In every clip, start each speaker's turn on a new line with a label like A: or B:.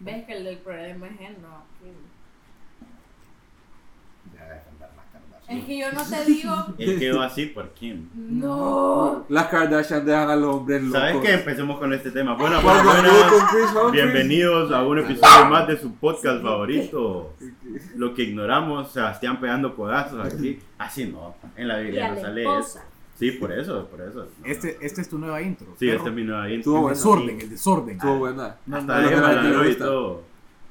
A: Ves que el del problema es él, no.
B: Deja de defender las Kardashian.
A: Es que yo no te digo.
C: Él quedó así por Kim.
A: No.
D: Las Kardashian dejan al hombre loco. Ah,
C: ¿Sabes qué? Empecemos con este tema. Bueno,
D: Cuando
C: bueno,
D: anduvo
C: bueno.
D: con Chris Humphries.
C: Bienvenidos a un episodio más de su podcast favorito. Lo que ignoramos, Sebastián pegando codazos aquí. Así no, en la
E: Y
C: Biblia
E: a
C: no
E: la
C: sale eso.
E: esposa.
C: Sí, por eso, por eso. No,
F: Este,
C: no, no.
F: este es tu nueva intro.
C: Sí,
F: perro.
C: este es mi nueva
D: Estuvo
C: intro.
D: bueno.
F: Desorden, el desorden.
D: Estuvo buena.
F: No,
C: Hasta
D: no,
C: ahí
D: no,
C: va
D: no,
C: la
D: no, no,
C: luz y
D: no.
C: todo.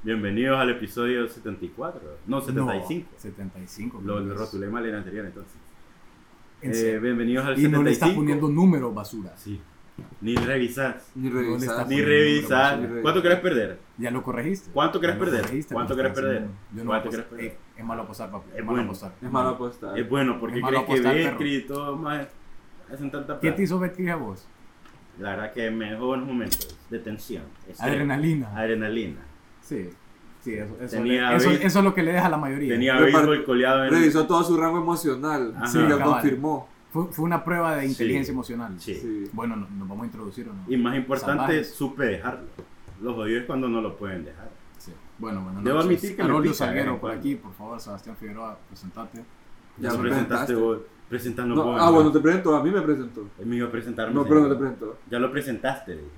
C: Bienvenidos al episodio 74. No, 75.
F: Ah, No, 75.
C: Lo, lo
F: pues.
C: rotulé mal en el anterior entonces.
F: En
C: Eh,
F: serio.
C: bienvenidos al
F: y
C: 75.
F: no le estás poniendo números basuras.
C: Sí. Ni revisás.
D: Ni
F: le
D: revisar.
F: está
C: Ni
F: poniendo
C: revisás.
D: número, ni
C: ¿Cuánto
D: revisás.
C: querés perder?
F: Ya lo corregiste.
C: ¿Cuánto querés
F: Ya lo
C: perder?
F: corregiste,
C: ¿Cuánto
F: pues,
C: querés perder?
F: estás haciendo- Yo no
C: ¿Cuánto
F: voy a
C: querés perder?
F: apostar. Eh, Es malo apostar, papá.
C: Es
F: Es malo
C: bueno.
F: apostar.
D: Es eh. malo apostar.
C: Es bueno, porque
F: Es malo
C: crees que
F: apostar, pero-
C: Betcris y todo más hacen tanta
F: ¿Qué
C: plata.
F: te hizo Betcris a vos?
C: La verdad que mejores momentos de tensión. estrés,
F: Adrenalina.
C: Adrenalina.
F: Sí. Sí, eso, eso,
C: Tenía
F: le- eso,
C: Bel-
F: eso es lo que le deja a la mayoría.
C: Tenía
D: Repar-
C: béisbol coleado en
D: Revisó todo su rango emocional.
C: Ajá.
D: Sí, lo
F: Cabal.
D: confirmó.
F: Fue, fue una prueba de inteligencia emocional.
C: Sí.
D: Sí.
F: Bueno, ¿no- ¿nos vamos a introducir o no?
C: Y más importante,
F: Salvajes.
C: supe dejarlo. Los jodidos es cuando no lo pueden dejar.
F: Sí. Bueno, bueno.
C: Debo admitir que me
F: Carolio
C: pica,
F: Salguero
C: eh,
F: por
C: cuando-
F: aquí, por favor, Sebastián Figueroa, presentate.
D: Ya
C: Nos
D: me
C: presentaste
D: presentaste.
C: vos. Presentando
D: No,
C: vos.
D: ah,
C: ¿no?
D: bueno, te presento. A mí me presentó.
C: Él me iba a presentar.
D: No, pero no te presentó.
C: Ya lo presentaste, le dije.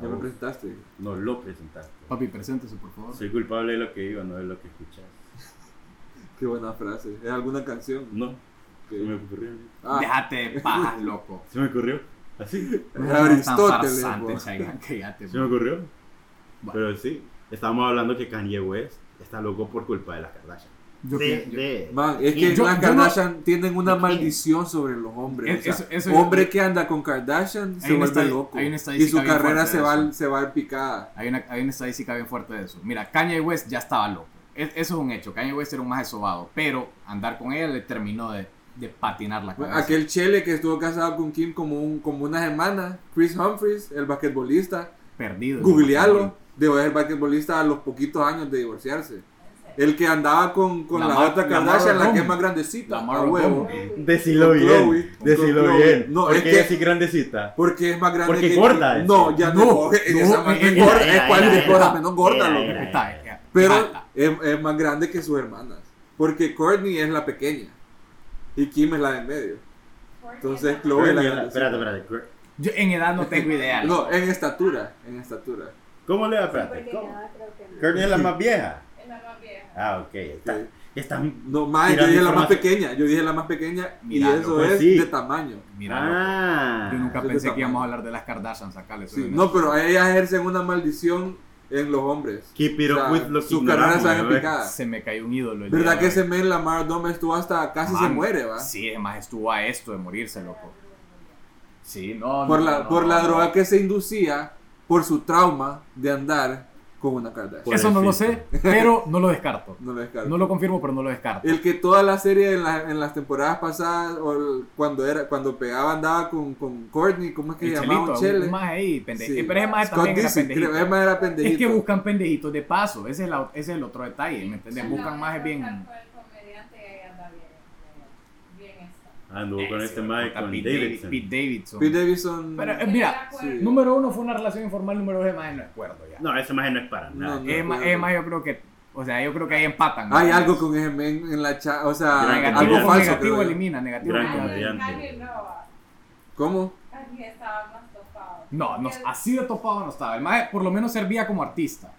D: Ya me
C: Ah,
D: presentaste.
C: No lo presentaste.
F: Papi, preséntese, por favor.
C: Soy culpable de lo que digo, no de lo que escuchas.
D: Qué buena frase. ¿Es alguna canción?
C: No,
D: Que-
C: se me ocurrió.
D: Ah,
F: Déjate de pajas, loco.
C: Se me ocurrió. Así.
D: es
F: Eres tan
D: Aristóteles.
F: farsante,
D: vos.
F: Chayanne, que ya te-
C: Se me ocurrió.
F: Bueno.
C: Pero sí, estábamos hablando que Kanye West está loco por culpa de las Kardashian.
F: Yo
C: De-
F: que- yo-
C: de-
D: Man, es
F: Yo-
D: que
F: yo
D: las
F: no-
D: Kardashian tienen una
C: ¿De quién?
D: maldición sobre los hombres.
F: Es-
D: o sea,
F: eso- eso-
D: hombre que anda con Kardashian
F: Hay
D: se
F: una
D: vuelve
F: estadi-
D: loco.
F: hay una
D: Y
F: estadística
D: su
F: bien
D: carrera
F: fuerte
D: se
F: de
D: va,
F: eso.
D: al- se va en picada.
F: Hay una, hay una estadística bien fuerte de eso. Mira, Kanye West ya estaba loco. Es- eso es un hecho. Kanye West era un más sobado. Pero andar con ella le terminó de, de patinar la cabeza.
D: Aquel chele Ah, que estuvo casado con Kim como, un, como una semana, Chris Humphries, el basquetbolista,
F: Perdido.
D: googlealo, dejó de ser basquetbolista a los poquitos años de divorciarse. El que andaba con, con la,
F: Lamar-
D: otra
F: Lamar
D: Kardashian, la que
F: Odom.
D: es más grandecita,
F: Lamar
D: a huevo.
F: Odom.
C: Decilo
D: Con
C: bien.
D: Chloe, con
C: decilo
D: Chloe.
C: bien.
D: No,
C: ¿Por
D: es
C: qué
D: que-
C: decir grandecita?
D: Porque es más grande
C: Porque
D: que
C: gorda
D: Kim.
C: es.
D: No, ya no,
F: No,
D: gorda,
F: no,
D: esa man
F: era,
D: es gorda,
C: era,
D: es cual
C: era,
D: es
C: era.
D: gorda, menos gorda,
C: Era,
D: loco.
C: era.
F: Está, está.
D: Pero
F: Alta.
D: es, es más grande que sus hermanas. Porque Courtney es la pequeña. Y Kim es la de en medio. Entonces Chloe es la
C: Espérate,
D: grandecita.
C: espérate, espérate.
F: Yo en edad no tengo idea. loco.
D: No, en estatura. En estatura.
C: ¿Cómo le va? Espérate.
E: Porque
C: ¿Cómo?
E: nada, creo que no.
C: Courtney es la más vieja.
A: Es la más vieja.
C: Ah, ok. Está,
D: Sí.
C: está
D: No, más,
C: Mira,
D: yo dije la más
C: información.
D: pequeña. Yo dije la más pequeña.
F: Mira,
D: y eso
C: pues
D: es
C: sí.
D: de tamaño.
F: Mira, loco.
C: Ah.
F: Yo nunca
D: Eso
F: pensé
D: está
F: que íbamos a
D: mal.
F: hablar de las Kardashian, sacarle.
D: Sí, no, pero ellas ejercen una maldición en los hombres.
C: Keep it up
D: O sea,
C: with lo que
D: sus carreras
C: ignoramos,
D: se van
C: bebé.
D: picadas.
F: Se me cayó un ídolo. el
D: ¿Verdad
F: día
D: que
F: de
D: ese
F: hoy.
D: men, Lamar Odom, estuvo hasta casi se
F: Man,
D: muere, va?
F: Sí, además estuvo a esto de morirse, loco. Sí, no.
D: por
F: no,
D: la,
F: no,
D: por la
F: no.
D: droga que se inducía por su trauma de andar con una Kardashian.
F: Eso no lo sé, pero no lo descarto.
D: No lo descarto.
F: No lo confirmo, pero no lo descarto.
D: El que toda la serie en, la- en las temporadas pasadas, o el- cuando era cuando pegaba andaba con, con Courtney, ¿cómo es que
F: El
D: llamaba? Un
F: chelito,
D: chele.
F: un maje ahí, pendejo.
D: Sí.
F: Pero ese maje
D: Scott
F: también era
D: Disick,
F: pendejito.
D: creo, ese maje era
F: Es que
D: pendejito.
F: buscan pendejitos de paso, ese es, la- ese es el otro detalle, ¿me entiendes? Buscan majes bien...
A: El comediante ahí anda bien. Bien está.
C: Anduvo con
F: Ese,
C: este
F: hijo de
C: Mike,
F: puta,
C: con
F: Pete Davi-
C: Davidson.
F: Pete Davidson.
D: Pete Davidson.
F: Pero, eh,
A: Estoy de
F: mira,
A: acuerdo.
D: sí.
F: número uno fue una relación informal, número dos, más no es acuerdo ya.
C: No, esa imagen no es para
D: No,
C: nada.
D: no.
F: Es más, es más, yo creo que... O sea, yo creo que ahí empatan. ¿no?
D: hay algo con ese men en la cha- o sea,
C: Gran
D: algo
C: comediante.
F: Negativo,
D: falso.
F: negativo
D: creo yo.
F: elimina, negativo
C: Gran
F: elimina.
C: comediante. brillante.
A: Kanye no.
D: ¿Cómo?
A: Kanye estaba más topado.
F: No, no,
A: El-
F: así de topado no estaba. El maje por lo menos servía como artista.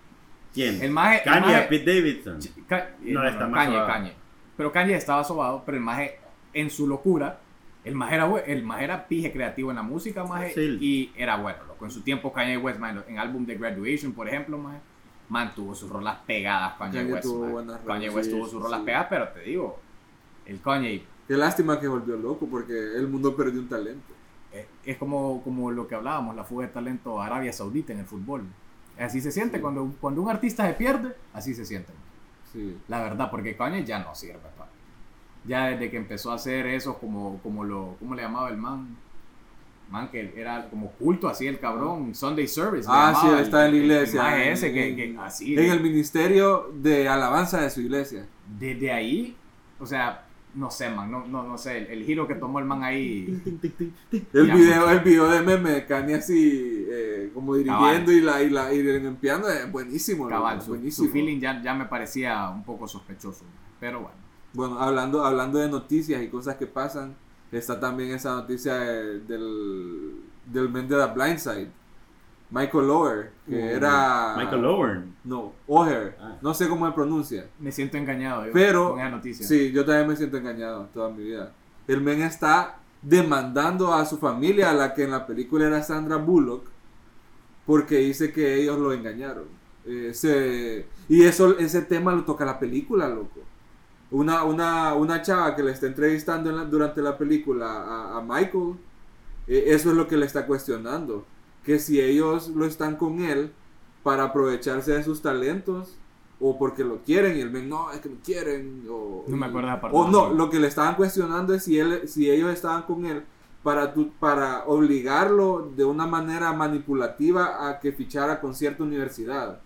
C: ¿Quién?
F: El maje... el
C: Kanye,
F: maje-
C: Pete Davidson.
F: Ca- eh,
C: No, está más
F: Kanye,
C: sobado.
F: Kanye. Pero Kanye estaba sobado, pero el maje, en su locura, el maje era, bue- el maje era pije creativo en la música, maje,
C: Sí.
F: y era bueno, loco. En su tiempo Kanye West, maje, en álbum de Graduation, por ejemplo, maje, mantuvo sus rolas pegadas Kanye,
D: Kanye
F: West,
D: tuvo
F: maje.
D: buenas rolas,
F: Kanye West
D: sí,
F: tuvo sus rolas
D: sí.
F: pegadas, pero te digo, el Kanye
D: Qué lástima que volvió loco porque el mundo perdió un talento.
F: eh, es como, como lo que hablábamos, la fuga de talento a Arabia Saudita en el fútbol. Así se siente,
D: Sí.
F: cuando, cuando un artista se pierde, así se siente.
D: Sí.
F: La verdad, porque Kanye ya no sirve, pa. Ya desde que empezó a hacer eso, como, como lo, ¿cómo le llamaba el man? Man, que era como culto así el cabrón, Sunday Service. le
D: Ah, sí,
F: llamaba,
D: él está
F: el-
D: en la
F: el
D: iglesia.
F: maje
D: en-
F: ese que, que
D: en-
F: así.
D: En el ministerio de alabanza de su iglesia.
F: Desde ahí, o sea, No sé, man, no, no, no sé. El, el giro que tomó el man ahí.
D: El
F: Ya,
D: video,
F: mucho.
D: el video de meme de Kanye así eh, como dirigiendo y la y la y limpiando es buenísimo, loco,
F: Cabal, su,
D: buenísimo.
F: su feeling ya, ya me parecía un poco sospechoso. Pero bueno.
D: Bueno, hablando hablando de noticias y cosas que pasan, está también esa noticia de- del del men de la Blindside, Michael Lower, que
F: Uh,
D: era
C: Michael Lower.
D: No, O'Hare,
C: Ah.
D: no sé cómo se pronuncia.
F: Me siento engañado yo,
D: Pero-
F: con esa noticia.
D: Sí, yo también me siento engañado toda mi vida. El men está demandando a su familia, a la que en la película era Sandra Bullock, porque dice que ellos lo engañaron. Eh, se- y eso, ese tema lo toca la película, loco. Una, una, una chava que le está entrevistando en la- durante la película a, a Michael, eh, eso es lo que le está cuestionando. Que si ellos lo están con él para aprovecharse de sus talentos o porque lo quieren y el men no, es que me quieren o
F: No me acuerdo esa parte.
D: o no, lo que le estaban cuestionando es si él si ellos estaban con él para tu- para obligarlo de una manera manipulativa a que fichara con cierta universidad,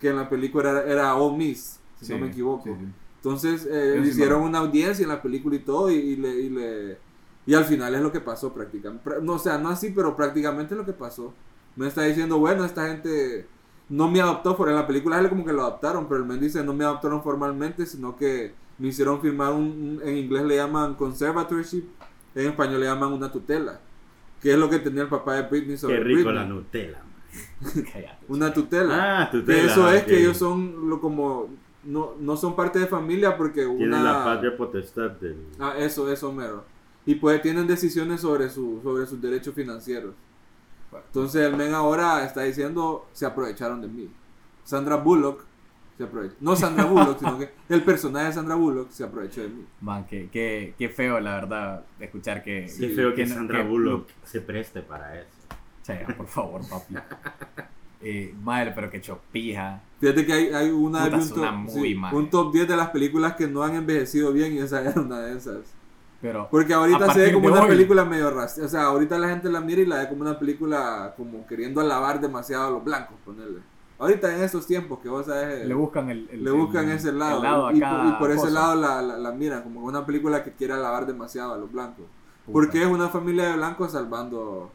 D: que en la película era, era Ole Miss, si no
F: Sí,
D: me equivoco.
F: sí, sí.
D: Entonces eh,
F: Yo
D: le
F: sí
D: hicieron
F: me
D: una audiencia en la película y todo y, y le, y le- y al final es lo que pasó prácticamente. Pra- No, o sea, no así, pero prácticamente es lo que pasó. No está diciendo, bueno, esta gente no me adoptó, por en la película es como que lo adoptaron, pero el men dice, no me adoptaron formalmente, sino que me hicieron firmar un, un- en inglés le llaman conservatorship, en español le llaman una tutela, que es lo que tenía el papá de Britney sobre
C: Qué rico
D: Britney.
C: la Nutella. man.
F: Cállate.
D: Una tutela.
C: Ah,
D: Que
C: Nutella.
D: eso es que
C: ok.
D: ellos son lo como no, no son parte de familia porque
C: Tienen
D: una
C: la patria potestad del.
D: Ah, eso, eso mero. Y pues tienen decisiones sobre su sobre sus derechos financieros. Entonces el men ahora está diciendo se aprovecharon de mí. Sandra Bullock se aprovechó. No Sandra Bullock, sino que el personaje de Sandra Bullock se aprovechó de mí.
F: Man, qué, qué, qué feo, la verdad, escuchar que.
C: Qué feo que
F: no-
C: Sandra
F: que-
C: Bullock se preste para eso.
F: Chaya, por favor, papi. Eh, madre, pero que chopija.
D: Fíjate que hay, hay una,
F: Puta,
D: vi
F: es una muy mala.
D: un top 10 de las películas que no han envejecido bien y esa era una de esas.
F: Pero
D: Porque ahorita
F: A
D: se ve
F: partir
D: como
F: de
D: una
F: hoy.
D: película medio racista. O sea, ahorita la gente la mira y la ve como una película como queriendo alabar demasiado a los blancos, ponerle. Ahorita en estos tiempos que vos sabes, eh,
F: le buscan el. el-
D: le buscan
F: el-
D: ese
F: el
D: lado.
F: a
D: y, y
F: cada
D: por- y por ese
F: cosa.
D: lado la, la, la miran como una película que quiere alabar demasiado a los blancos.
F: Puta.
D: Porque es una familia de blancos salvando...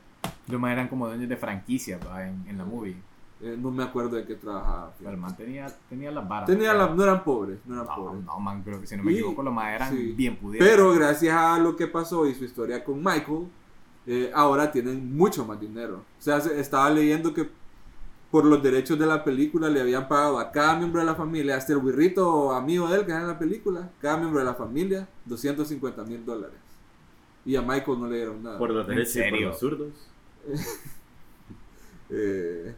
F: Los más eran como dueños de franquicia pa, en, en la movie.
D: eh, no me acuerdo de qué trabajaba.
F: Pero el man tenía, tenía las varas.
D: Tenía la-
F: pero-
D: no eran pobres, no eran
F: No,
D: pobres.
F: no, man, creo que si no me
D: Y-
F: equivoco, los más eran
D: sí.
F: bien pudieron.
D: Pero gracias a lo que pasó y su historia con Michael, eh, ahora tienen mucho más dinero. O sea, se- estaba leyendo que por los derechos de la película le habían pagado a cada miembro de la familia, hasta el birrito amigo de él que era en la película, cada miembro de la familia, 250 mil dólares. Y a Michael no le dieron nada.
C: Por los
F: ¿En
C: derechos y por
F: serio?
C: los zurdos.
D: Eh,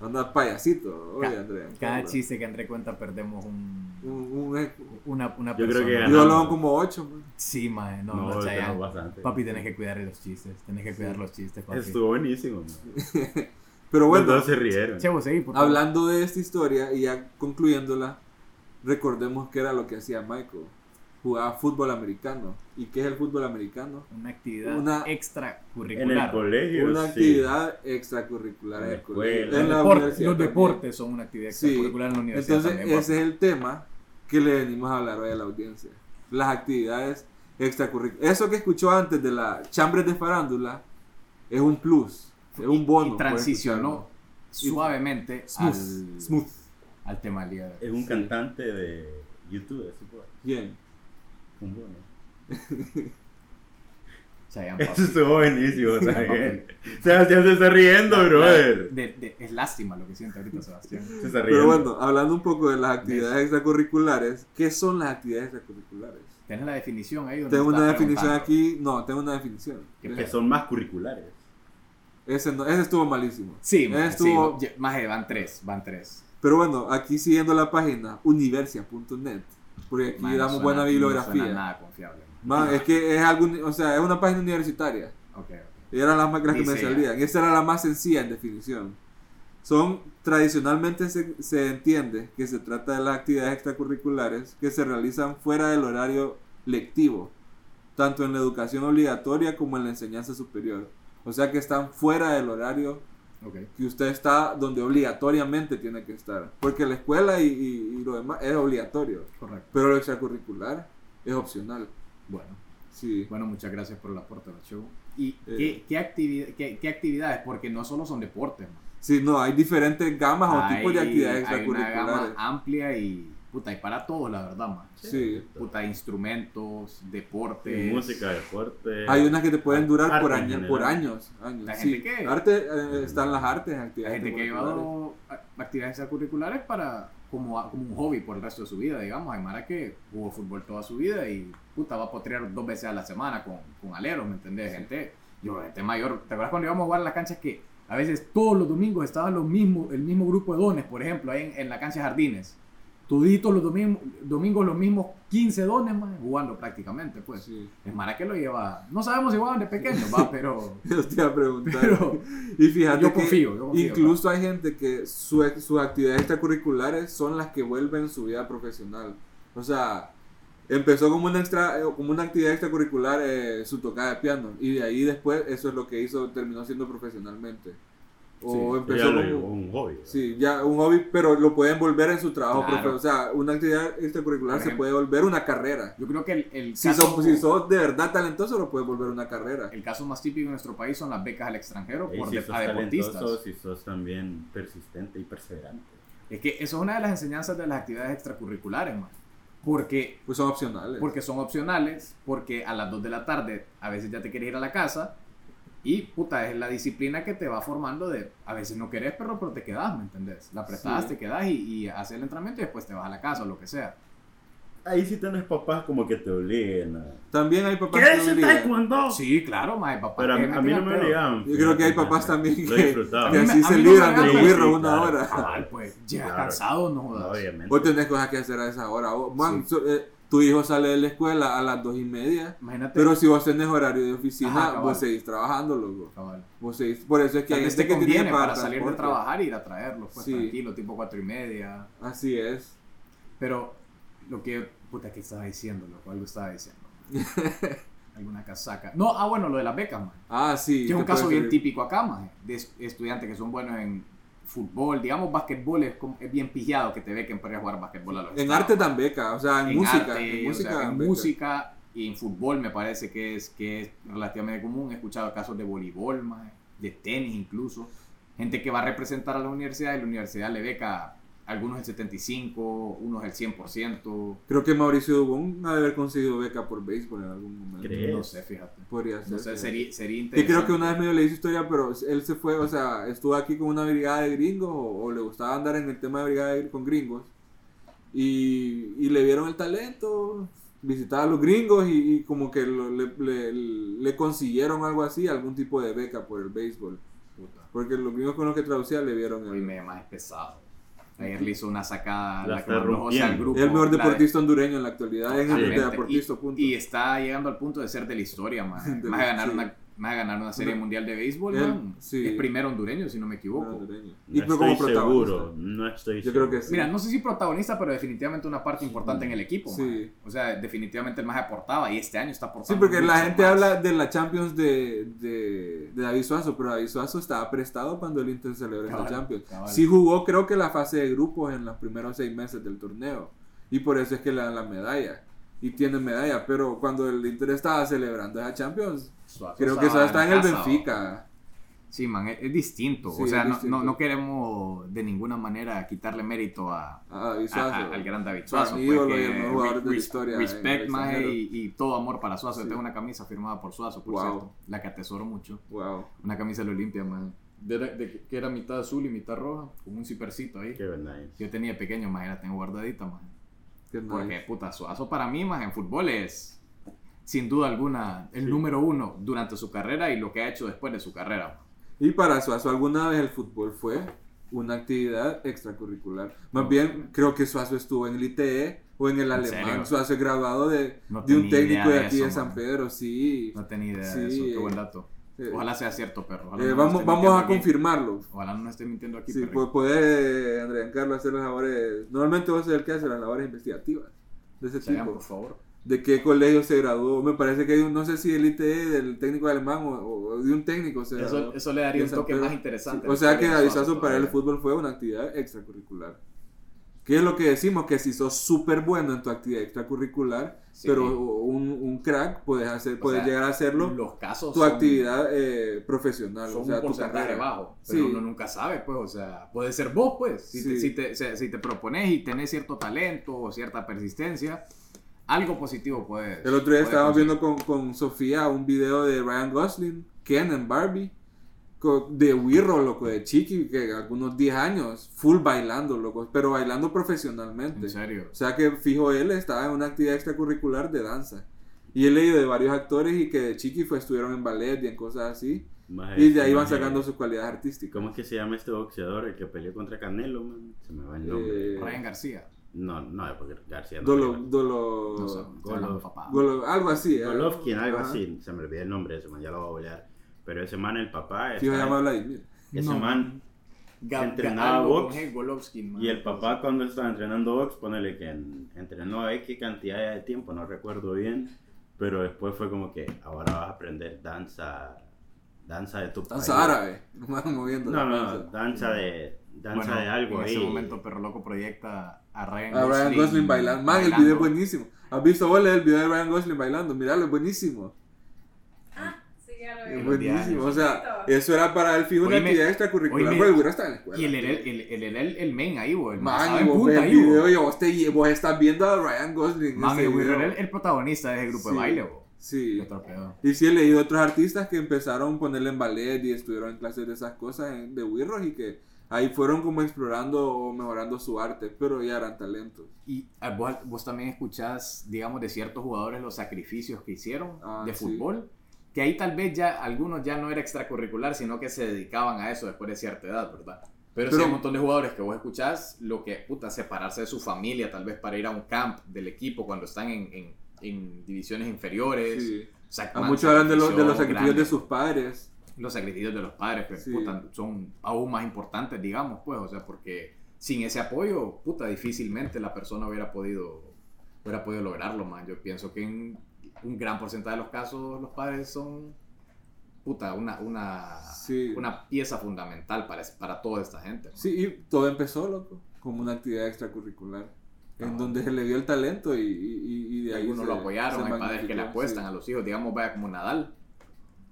D: anda payasito, oye,
F: Ca-
D: Andrea.
F: Cada
D: Caramba.
F: chiste que entre cuenta perdemos un,
D: Un- un-
F: una, una
C: Yo creo
F: persona.
C: que ganamos.
D: yo lo como 8.
F: Sí, mae, no,
C: No,
F: no,
C: tenemos
F: Chayanne.
C: bastante.
F: Papi, tenés que cuidar los chistes, tenés que cuidar los chistes, papi.
C: Estuvo buenísimo. man.
D: Pero bueno.
C: Todos se rieron.
F: Chevo, seguí, por favor.
D: Hablando de esta historia y ya concluyéndola, recordemos que era lo que hacía Michael. Jugaba fútbol americano. ¿Y qué es el fútbol americano?
F: Una actividad
D: Una-
C: En el
F: extracurricular.
C: colegio.
D: Una
C: sí.
D: actividad extracurricular
C: En
D: en,
C: la
D: el colegio,
C: escuela.
D: en
F: Los
D: la
F: deportes-
D: universidad
F: los
D: también.
F: deportes son una actividad
D: Sí.
F: extracurricular en la universidad
D: Entonces,
F: también, papi.
D: ese es el tema que le venimos a hablar hoy a la audiencia. Las actividades extracurriculares. Eso que escuchó antes de la chambres de farándula es un plus, es un bono.
F: y
D: por
F: transicionó suavemente
D: escucharlo.
F: al,
D: Smooth. Smooth.
F: al tema del día de hoy.
C: Es un cantante de YouTube, así por
D: Bien.
C: un bono.
F: Chayanne, papi.
C: Eso estuvo buenísimo, Sagan. Sebastián se está riendo, brother.
F: De- de- es lástima lo que siente ahorita Sebastián.
C: Se está
D: Pero
C: riendo.
D: bueno, hablando un poco de las actividades extracurriculares, ¿qué son las actividades extracurriculares?
F: ¿Tenés la definición ahí? donde
D: Tengo
F: estás
D: una definición
F: preguntando?
D: aquí, no, tengo una definición.
F: Qué
C: Que son más curriculares.
D: Ese, no- ese estuvo malísimo.
F: Sí,
D: Ese
F: más
D: estuvo-
F: más eh, van tres, van tres.
D: Pero bueno, aquí siguiendo la página universia.net, porque aquí
F: Man, no
D: damos
F: suena-
D: buena
F: No suena
D: bibliografía.
F: nada confiable.
D: Man, es que es algo, uni- o sea, es una página universitaria.
F: Ok, ok.
D: Eran las más las que me
F: Dice-
D: salían. Esta era la más sencilla en definición. Son, tradicionalmente se, se entiende que se trata de las actividades extracurriculares que se realizan fuera del horario lectivo, tanto en la educación obligatoria como en la enseñanza superior. O sea que están fuera del horario
F: ok.
D: que usted está donde obligatoriamente tiene que estar. Porque la escuela y, y- y lo demás es obligatorio,
F: Correcto.
D: pero lo extracurricular es opcional.
F: Bueno,
D: Sí.
F: bueno, muchas gracias por el aporte, show. ¿Y
D: Eh.
F: qué, qué, activi- qué- qué actividades? Porque no solo son deportes, man.
D: Sí, no, hay diferentes gamas o tipos de
F: Hay-
D: actividades
F: hay una
D: extracurriculares.
F: gama amplia y, puta, y para todos, la verdad, man.
D: Sí.
F: Puta, instrumentos, deportes.
C: Música, deporte.
D: Hay unas que te pueden durar por,
C: Este, Arte en
D: año-
C: general.
D: por años. años.
F: La
D: sí.
F: gente que-
D: Arte, eh, están las artes,
F: La
D: actividades
F: gente que ha
D: extracurriculares.
F: llevado a- actividades extracurriculares para como, a- como un hobby por el resto de su vida, digamos. Hay Mara que jugó fútbol toda su vida y puta va a potrear dos veces a la semana con, con aleros, ¿me entendés? Gente, yo, gente mayor, ¿te acuerdas cuando íbamos a jugar a las canchas que a veces todos los domingos estaban los mismos, el mismo grupo de dones, por ejemplo, ahí en, en la cancha de jardines? Toditos los domingos, domingos los mismos 15 dones más jugando prácticamente, pues.
D: Sí.
F: Es Mara que lo lleva, no sabemos si jugaban de pequeños, va, pero,
D: Yo te iba a preguntar.
F: pero
D: y fíjate
F: yo
D: que
F: confío, yo confío.
D: incluso hay gente que su- sus actividades extracurriculares son las que vuelven su vida profesional. O sea, empezó como una, extra, eh, como una actividad extracurricular eh, su tocada de piano. Y de ahí después eso es lo que hizo, terminó siendo profesionalmente. O
F: Sí,
C: Ya
D: empezó
C: lo
D: como-
C: llevó un hobby. ¿verdad?
D: Sí, ya un hobby, pero lo pueden volver en su trabajo,
F: Claro.
D: profe. O sea, una actividad extracurricular
F: Por
D: se
F: ejemplo.
D: puede volver una carrera.
F: Yo creo que el, el
D: Si
F: caso,
D: sos, si sos de verdad talentoso, lo puedes volver una carrera.
F: el caso más típico en nuestro país son las becas al extranjero
C: Y
F: por
C: si
F: de-
C: sos
F: a
C: talentoso,
F: deportistas.
C: si sos también persistente y perseverante.
F: Es que eso es una de las enseñanzas de las actividades extracurriculares, man. Porque,
D: Pues son opcionales.
F: porque son opcionales, porque a las 2 de la tarde a veces ya te quieres ir a la casa y puta, es la disciplina que te va formando de a veces no querés, pero, pero te quedás, ¿me entendés? La prestás,
D: Sí.
F: te quedás y, y haces el entrenamiento y después te vas a la casa o lo que sea.
C: Ahí sí tenés papás como que te obliguen a...
D: También hay papás que
C: ¿Quieres el
D: obligan.
C: taekwondo?
F: Sí, claro, más papá.
C: Pero a,
F: que
C: a
F: meten
C: mí no
F: al
C: me
F: pedo.
C: obligaban.
D: Yo creo que hay
C: fíjate.
D: papás también
C: Lo
D: que-
C: disfrutaba.
D: que
F: A mí
D: así
F: me- a
D: se
F: mí no
D: libran
F: me
D: del
F: hagan-
D: birro
C: Sí,
D: una
C: claro.
D: hora.
F: Cabal, pues, ya
C: Claro.
F: cansado, no jodas.
C: Obviamente.
D: Vos tenés cosas que hacer a esa hora. Vos- man, so- eh, tu hijo sale de la escuela a las dos y media.
F: Imagínate.
D: Pero si vos tenés horario de oficina,
F: Ajá, cabal.
D: vos seguís trabajando, loco.
F: Cabal.
D: Vos seguís- Por eso es que
F: Tal
D: hay
F: vez
D: gente
F: te
D: que tiene que
F: conviene
D: pagar
F: para salir de
D: transporte.
F: trabajar e ir a traerlos, pues
D: Sí.
F: tranquilo, tipo cuatro y media.
D: Así es.
F: Pero lo que, puta, que estaba diciendo, loco, algo estaba diciendo. Alguna casaca. No, ah, bueno, lo de las becas, man.
D: Ah, sí.
F: Que es un
D: te puede
F: caso bien
D: servir.
F: típico acá, man, de es- estudiantes que son buenos en fútbol, digamos, básquetbol es, como- es bien pillado que te bequen para ir a jugar básquetbol a los
D: En
F: estados.
D: arte dan beca, o sea, en, música.
F: arte,
D: en
F: o sea,
D: música, dan
F: en
D: beca.
F: música y en fútbol me parece que es, que es relativamente común. He escuchado casos de voleibol, mae, de tenis incluso. Gente que va a representar a la universidad y la universidad le beca a algunos el 75, unos el 100%.
D: Creo que Mauricio Dubón ha de haber conseguido beca por béisbol en algún momento.
C: Creo.
F: No sé, fíjate.
D: Podría ser.
F: No sé, sería, sería
D: Que
F: interesante.
D: creo que una vez medio le hice historia, pero él se fue, o sea, estuvo aquí con una brigada de gringos o, o le gustaba andar en el tema de brigada de, con gringos. Y, y le vieron el talento, visitaba a los gringos y, y como que lo- le, le- le consiguieron algo así, algún tipo de beca por el béisbol.
F: Puta,
D: Porque los gringos con los que traducía le vieron
F: hoy
D: el,
F: me más pesado. Ayer le hizo una sacada
C: La
F: la que
C: está
F: mandó José al
C: rompiendo.
F: grupo.
D: Es el mejor
F: la de-
D: deportista hondureño en la actualidad, Ah, es el
F: Totalmente.
D: deportista,
F: y,
D: punto.
F: y está llegando al punto de ser de la historia, man.
D: De
F: Más
D: la-
F: a ganar,
D: sí.
F: una, más a ganar una serie
D: Una-
F: mundial de béisbol,
D: Él-
F: man.
D: sí.
F: Es primero hondureño, si no me
D: Un
F: equivoco.
D: Ah, hondureño.
C: No
D: Y fue como
C: estoy
D: protagonista.
C: seguro. No estoy
D: Yo
C: seguro.
D: creo que sí.
F: Mira, no sé si protagonista, pero definitivamente una parte importante en el equipo.
D: Sí.
F: man. O sea, definitivamente el más aportaba y este año está aportando.
D: Sí, porque la
F: mucho
D: gente
F: más.
D: habla de la Champions de, de, de David Suazo, pero David Suazo estaba prestado cuando el Inter celebró esta
F: Cabal,
D: Champions.
F: cabal.
D: Sí jugó creo que la fase de grupos en los primeros seis meses del torneo. Y por eso es que le dan la medalla. Y tiene medalla, pero cuando el Inter estaba celebrando esa Champions,
F: Suazo
D: creo que Suazo está en el
F: casa, man.
D: Benfica.
F: Sí, man, es, es distinto.
D: Sí,
F: o sea,
D: es
F: no-
D: distinto.
F: No, no queremos de ninguna manera quitarle mérito a,
D: A David
F: a-
D: Suazo.
F: a- Ah, al gran David
D: Para
F: Suazo.
D: mí,
F: pues,
D: ídolo y
F: que
D: el mejor jugador de la
F: res-
D: historia en
F: Respect,
D: el
F: maje,
D: extranjero.
F: y, y todo amor para Suazo. Yo
D: Sí.
F: tengo una camisa firmada por Suazo, por
D: Wow.
F: cierto. La que atesoro mucho.
D: Wow.
F: Una camisa de la Olimpia, maje. De, de que- que era mitad azul y mitad roja, con un cipercito ahí.
C: Qué verdad es.
F: Yo tenía pequeño, maje, la tengo guardadita, maje.
D: Qué
F: Porque,
D: nice.
F: puta, Suazo para mí, maje, en fútbol es, sin duda alguna, el número uno durante su carrera y lo que ha hecho después de su carrera, maje.
D: Y para Suazo alguna vez el fútbol fue una actividad extracurricular. Más bien, creo que Suazo estuvo en el ITE o en el alemán.
F: serio?
D: Suazo es graduado de,
F: No
D: de un
F: tenía
D: técnico
F: idea
D: de
F: de
D: aquí
F: eso,
D: de San
F: man.
D: Pedro, sí.
F: No tenía idea de
D: Sí.
F: eso, qué buen dato.
D: Eh,
F: Ojalá sea cierto, perro. Ojalá
D: eh,
F: no nos
D: vamos
F: esté
D: vamos
F: mintiendo
D: a
F: aquí.
D: confirmarlo.
F: Ojalá no nos esté mintiendo aquí,
D: Sí,
F: perrito.
D: pues puede André Carlos hacer las labores. Normalmente vos es el que hace las labores investigativas de ese
F: Sagan,
D: tipo.
F: por favor.
D: de qué colegio se graduó. Me parece que hay un- no sé si el ITE del técnico alemán o, o de un técnico. se graduó.
F: Eso, eso le daría
D: de
F: un
D: San
F: toque
D: Pedro.
F: más interesante.
D: o sea que
F: Suazo
D: avisazo para el
F: todavía.
D: fútbol fue una actividad extracurricular. ¿Qué es lo que decimos? Que si sos súper bueno en tu actividad extracurricular,
F: Sí.
D: pero un, un crack, puedes, hacer,
F: O
D: puedes
F: sea,
D: llegar a hacerlo
F: Los casos.
D: tu
F: son-
D: actividad eh, profesional,
F: son
D: o sea,
F: un
D: tu
F: porcentaje
D: carrera.
F: bajo, pero
D: Sí.
F: uno nunca sabe, pues, o sea, puede ser vos, pues, si, te,
D: Sí.
F: si, te, o sea, si te propones y tenés cierto talento o cierta persistencia, algo positivo puede
D: El otro día estábamos
F: conseguir.
D: viendo con, con Sofía un video de Ryan Gosling, Ken and Barbie, co- de Wirro, loco, de Chiqui, que algunos 10 años, full bailando, loco, pero bailando profesionalmente.
F: En serio.
D: O sea que fijo, él estaba en una actividad extracurricular de danza. Y he leído de varios actores y que de chiqui fue, estuvieron en ballet y en cosas así.
C: Más
D: Y de
C: este,
D: ahí van
C: más
D: sacando
C: el-
D: sus cualidades artísticas.
C: ¿Cómo es que se llama este boxeador? El que peleó contra Canelo, man. Se me va el nombre.
D: Eh,
F: Ryan García.
C: No, no, porque García no.
D: Dolo,
C: peleó.
D: dolo,
F: No sé,
C: Golo-
F: estoy hablando de papá.
D: Golo- algo así. ¿eh?
C: Golovkin, algo
D: Ajá.
C: así. Se me olvidó el nombre de ese man, ya lo voy a bolear. Pero ese man, el papá,
D: Fijo,
C: está-
D: llama Vladimir.
C: ese
F: No.
C: man
F: Ga-
C: entrenaba
F: Ga- algo con
C: box
F: G, Golovkin, man.
C: y el papá cuando estaba entrenando box, ponele que en- entrenó X cantidad de tiempo, no recuerdo bien, pero después fue como que ahora vas a aprender danza, danza de tu
D: Danza
C: país.
D: árabe. Nomás moviendo.
C: No,
D: la
C: no,
D: danza.
C: danza de, danza
F: Bueno,
C: de algo
F: en
C: ahí.
F: ese momento Perro Loco proyecta a Ryan
D: A Ah, Ryan Gosling bailando. Man, el video pues, es buenísimo. ¿Has visto vos el video de Ryan Gosling bailando? Miralo, es buenísimo.
A: Ah, sí, ya lo
D: Es
A: veo.
F: Bueno,
D: buenísimo. O
A: años.
D: sea, eso era para el fijo una
F: Oíme,
D: actividad extracurricular.
F: oíme.
D: Pero el güero estaba en la escuela.
F: Y el, el, el, el, el, el, el main ahí, güey. el Pues más
D: Man,
F: sabe
D: y vos
F: punta
D: ves
F: ahí,
D: el video
F: güey.
D: y vos, te- vos estás viendo a Ryan Gosling. en
F: Man,
D: ese
F: el güey era
D: video.
F: el, el protagonista de ese grupo
D: Sí.
F: de baile, güey. Qué
D: Sí.
F: otro pedo.
D: Y sí he leído otros artistas que empezaron a ponerle en ballet y estuvieron en clases de esas cosas en- de Wirros y que ahí fueron como explorando o mejorando su arte, pero ya eran talentos.
F: Y ah, vos, vos también escuchás, digamos, de ciertos jugadores los sacrificios que hicieron
D: Ah,
F: de
D: sí.
F: fútbol, que ahí tal vez ya algunos ya no era extracurricular, sino que se dedicaban a eso después de cierta edad, ¿verdad? Pero, sí
D: Pero-
F: hay un montón de jugadores que vos escuchás, lo que, puta, separarse de su familia tal vez para ir a un camp del equipo cuando están en, en- en divisiones inferiores.
D: Sí.
F: O sea,
D: A
F: Pues, man,
D: muchos hablan de, los- de los
F: sacrificio
D: sacrificios de
F: grande.
D: sus padres.
F: los sacrificios de los padres, pero
D: Sí.
F: puta, son aún más importantes, digamos, pues, o sea, porque sin ese apoyo, puta, difícilmente la persona hubiera podido, hubiera podido lograrlo, man. Yo pienso que en un gran porcentaje de los casos los padres son, puta, una, una,
D: Sí.
F: una pieza fundamental para, es- para toda esta gente.
D: Sí, y todo empezó, loco, como una actividad extracurricular. En
F: Ah.
D: donde se le vio el talento y, y, y de ahí
F: Algunos
D: se-
F: lo
D: se
F: apoyaron, hay padres que le
D: magnificó,
F: apuestan
D: sí.
F: a los hijos, digamos, vaya como Nadal.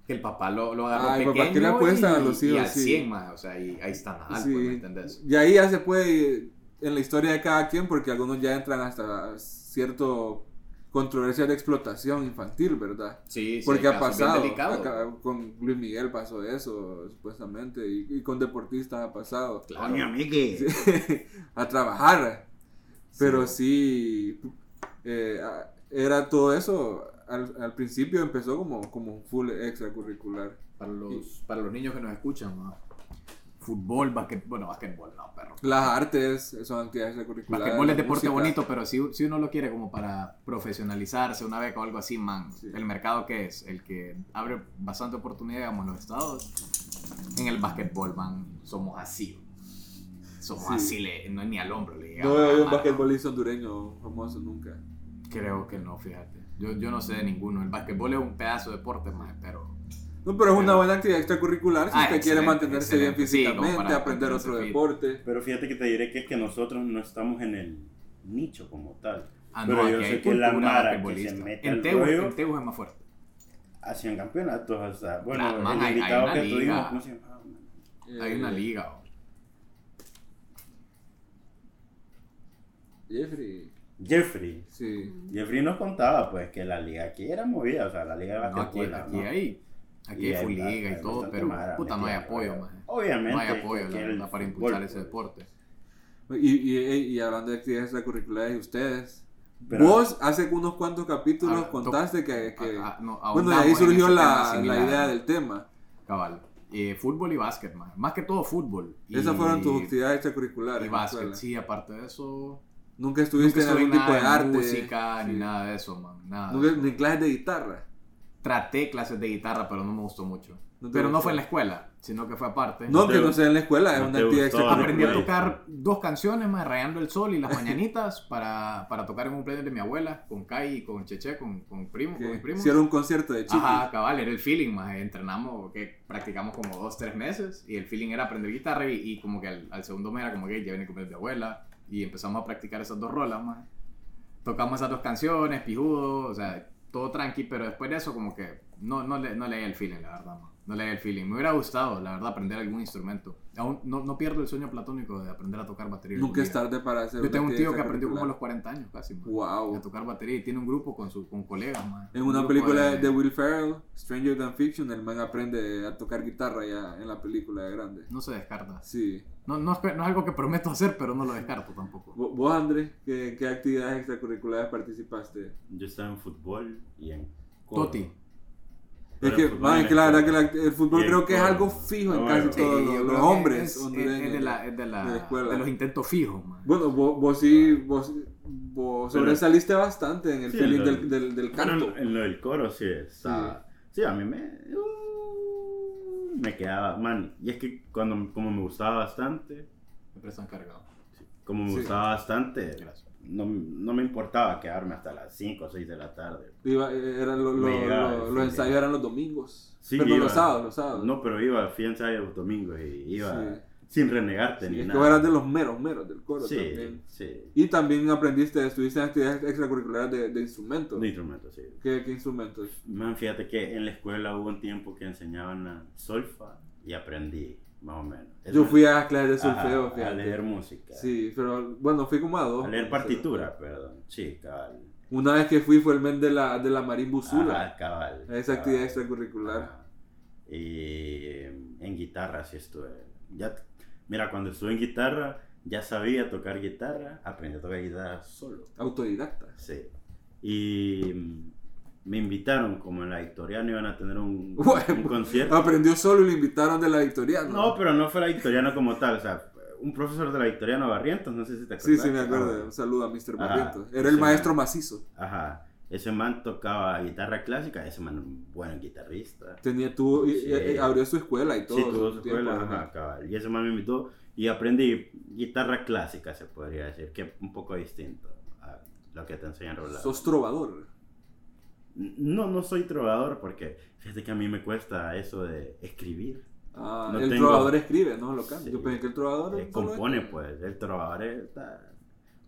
F: Que el papá lo, lo agarró
D: Ah, el
F: pequeño
D: papá que le apuestan
F: y,
D: a los hijos,
F: y al
D: sí.
F: 100 más, o sea, y ahí está Nadal,
D: Sí.
F: pues, ¿me entendés?
D: Y ahí ya se puede, en la historia de cada quien, porque algunos ya entran hasta cierto controversia de explotación infantil, ¿verdad?
F: Sí, sí,
D: Porque
F: hay
D: ha
F: casos bien
D: pasado,
F: delicados.
D: acá con Luis Miguel pasó eso, supuestamente, y, y con deportistas ha pasado.
F: Claro.
C: Coño, Miki.
D: a trabajar. Pero sí, eh, a- era todo eso. Al, al principio empezó como, como un full extracurricular.
F: Para los, para los niños que nos escuchan, ¿no? fútbol, basquet, bueno, basquetbol no, perro.
D: Las artes son actividades extracurriculares.
F: Basquetbol es
D: la
F: deporte
D: música.
F: bonito, pero si, si uno lo quiere como para profesionalizarse, una beca o algo así, man,
D: Sí.
F: el mercado que es, el que abre bastante oportunidad, digamos, en los estados, en el basquetbol, man, somos así. Somos
D: Sí.
F: así, le- no es ni al hombro le
D: No
F: llegamos,
D: veo un
F: mano.
D: basquetbolista hondureño famoso nunca.
F: Creo que no, fíjate. Yo, yo no sé de ninguno. El basquetbol es un pedazo de deporte, man, pero...
D: No, pero es una
F: Pero-
D: buena actividad extracurricular si
F: Ah,
D: usted quiere
F: excelente,
D: mantenerse bien
F: excelente, sí, como
D: físicamente,
F: para
D: aprender
F: mantenerse
D: otro
F: fit.
D: deporte.
C: Pero fíjate que te diré que es que nosotros no estamos en el nicho como tal.
F: Ah,
C: Pero yo
F: aquí hay
C: sé que la
F: cultura
C: mara que se
F: basquetbolista.
C: mete
F: En
C: al
F: Tegu-
C: rollo-
F: en Tegu es más fuerte.
C: Hacían campeonatos, o sea, bueno,
F: Claro, man,
C: el
F: hay-
C: invitado
F: hay una
C: que
F: liga.
C: tuvimos, ¿cómo se llamaba, man?
F: Hay
D: Eh,
F: una liga. o-
D: Jeffrey.
C: Jeffrey.
D: Sí.
C: Jeffrey nos contaba, pues, que la liga aquí era movida, o sea, la liga de
F: No, aquí,
C: basquetbol. ¿no?
F: aquí hay. Aquí hay full
C: ba-
F: liga y
C: hay
F: todo,
C: bastante
F: pero
C: mara
F: puta, no hay
C: metida,
F: apoyo,
C: ¿verdad?
F: man.
C: Obviamente.
F: No hay apoyo
C: porque
F: la
C: el
F: verdad, para
C: fútbol,
F: impulsar ese
C: pues,
F: deporte.
D: Y, y, y hablando de actividades extracurriculares de ustedes,
C: Pero-
D: vos hace unos cuantos capítulos
F: Ah,
D: contaste que... que-
F: Ah, ah, no,
D: bueno, de
F: ahondamos
D: ahí
F: en
D: surgió
F: ese
D: la,
F: tema
D: la
F: similar,
D: idea
F: ¿no?
D: del tema.
F: Cabal. Eh, fútbol y básquet, man. Más que todo fútbol. Y-
D: Esas fueron tus actividades extracurriculares.
F: Y
D: en la
F: básquet,
D: escuela.
F: sí, aparte de eso.
D: Nunca
F: Nunca
D: estuviste en
F: estuve
D: algún tipo de
F: nada
D: arte.
F: de música ni
D: sí.
F: nada de eso, man. Nada. de
D: Nunca-
F: eso.
D: ni en clases de guitarra.
F: Traté clases de guitarra, pero no me gustó mucho.
D: No te
F: pero no
D: gustó.
F: fue en la escuela, sino que fue aparte.
D: No, que
C: te-
D: no sea en la escuela, es
C: no
D: una
C: te
D: actividad
C: gustó,
D: extracurricular.
F: Aprendí a
C: Recuerdo.
F: tocar dos canciones más, Rayando el Sol y Las Mañanitas, para, para tocar en un cumpleaños de mi abuela, con Kai y con Cheche, con, con, primo, con mis
D: Que
F: primos.
D: Hicieron un concierto de chiqui.
F: Ajá, cabal, era el feeling más. Entrenamos, que practicamos como dos, tres meses y el feeling era aprender guitarra y, y como que al, al segundo mes era como que ya viene el cumpleaños de mi abuela, y empezamos a practicar esas dos rolas, más. Tocamos esas dos canciones, pijudo, o sea, todo tranqui, pero después de eso como que no, no, le, no leía el feeling, la verdad, ma. No leía el feeling. Me hubiera gustado, la verdad, aprender algún instrumento. Aún no, no pierdo el sueño platónico de aprender a tocar batería. algún
D: Nunca es
F: día.
D: tarde para hacer
F: Yo
D: una
F: tengo un tío
D: actividad
F: que aprendió como a los
D: extracurricular.
F: 40 años casi, ma,
D: Wow.
F: a tocar batería y tiene un grupo con, su, con colegas, ma.
D: En
F: Un
D: una
F: grupo
D: película de Will Ferrell, Stranger Than Fiction, el man aprende a tocar guitarra ya en la película de grande.
F: No se descarta.
D: Sí.
F: No, no, es, no es algo que prometo hacer, pero no lo descarto tampoco.
D: Vo- ¿Vos, Andrés, qué, qué actividades extracurriculares participaste?
C: Yo estaba en fútbol y en. coro.
F: Toti.
D: Es
C: Pero
D: que,
C: el fútbol
D: man,
C: en
D: es que la verdad
C: escuela.
D: que la- el fútbol
C: Y el
D: creo que es
C: coro.
D: algo fijo en
C: Ah,
D: casi
C: bueno. Sí,
F: yo
D: todos los,
F: creo
D: los
F: que
D: hombres
F: es- es-
D: hondureños.
F: es de, la, es de, la-
D: de la escuela.
F: de los intentos fijos, man.
D: Bueno, vos, vos sí, vos, vos
C: Pero-
D: sobresaliste bastante en el
C: Sí,
D: feeling
C: lo-
D: del, del, del canto.
C: Bueno, en lo del coro sí está. Sí, a mí me. uh, me quedaba, man. Y es que cuando, como me gustaba bastante,
F: Siempre están cargados.
C: como me
D: Sí.
C: gustaba bastante,
F: Gracias.
C: no, no me importaba quedarme hasta las 5 o 6 de la tarde.
D: Iba- eh, era lo- lo-
C: Me llegaba
D: lo-
C: el
D: los
C: feeling.
D: ensayos eran los domingos.
C: Sí,
D: Perdón,
C: iba.
D: los sábados, los sábados.
C: No, pero iba, fui a ensayo los domingos y iba
D: Sí.
C: sin renegarte
D: Sí,
C: ni
D: es que
C: nada.
D: vos eras de los meros, meros del coro
C: sí,
D: también.
C: sí.
D: Y también aprendiste, estuviste en actividades extracurriculares de, de instrumentos.
C: De instrumentos, sí.
D: ¿Qué, qué instrumentos?
C: Man, fíjate que en la escuela hubo un tiempo que enseñaban la solfa y aprendí, más o menos. Es
D: Yo
C: más,
D: fui a clases de
C: ajá,
D: solfeo,
C: a
D: fíjate.
C: leer música.
D: Sí, pero bueno, fui como a dos.
C: A leer
D: o sea.
C: partitura, perdón. Sí, cabal.
D: Una vez que fui fue el men de la, de la marimbuzula.
C: Ajá, Ah. cabal.
D: Esa
C: cabal.
D: actividad extracurricular.
C: Ajá. Y em, en guitarra sí estuve. Ya, mira, cuando estuve en guitarra, ya sabía tocar guitarra. Aprendí a tocar guitarra solo.
D: Autodidacta.
C: Sí. Y mm, me invitaron, como en la Victoriana iban a tener un,
D: Bueno,
C: un concierto.
D: Aprendió solo y lo invitaron de la victoriana.
C: No, pero no fue la Victoriana como tal. O sea, un profesor de la Victoriana Barrientos, no sé si te acuerdas.
D: Sí, sí, me acuerdo. Un
C: Ah,
D: saludo a
C: Ajá.
D: Mr. Barrientos. Era el
C: Sí.
D: maestro macizo.
C: Ajá. Ese man tocaba guitarra clásica, ese man un buen guitarrista.
D: Tenía, tuvo, y-
C: Sí.
D: y- y abrió su escuela y todo.
C: sí, tuvo su
D: tiempo,
C: escuela,
D: ajá.
C: ajá, cabal. Y ese man me invitó y aprendí guitarra clásica, se podría decir, que un poco distinto a lo que te enseñan Rolando.
D: Sos trovador.
C: No, no soy trovador porque fíjate que a mí me cuesta eso de escribir.
D: Ah,
C: No
D: el
C: tengo-
D: trovador escribe, no lo canta.
C: Sí.
D: Yo pensé que el trovador.
C: Eh,
D: solo
C: compone,
D: escribe.
C: pues. El trovador está.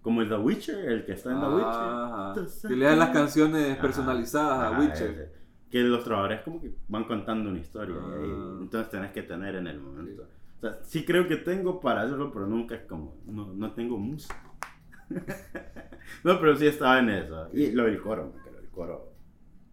C: Como el The Witcher, el que está en The
D: Ah,
C: Witcher.
D: ajá. Que le dan las canciones
C: Ajá,
D: personalizadas a
C: ajá, eh,
D: Witcher.
C: ese. Que los trovadores como que van contando una historia.
D: Ah.
C: y entonces tenés que tener en el momento. O sea, sí creo que tengo para hacerlo, pero nunca es como. No, no tengo música. no, pero sí estaba en eso. Y lo del coro, porque lo del coro.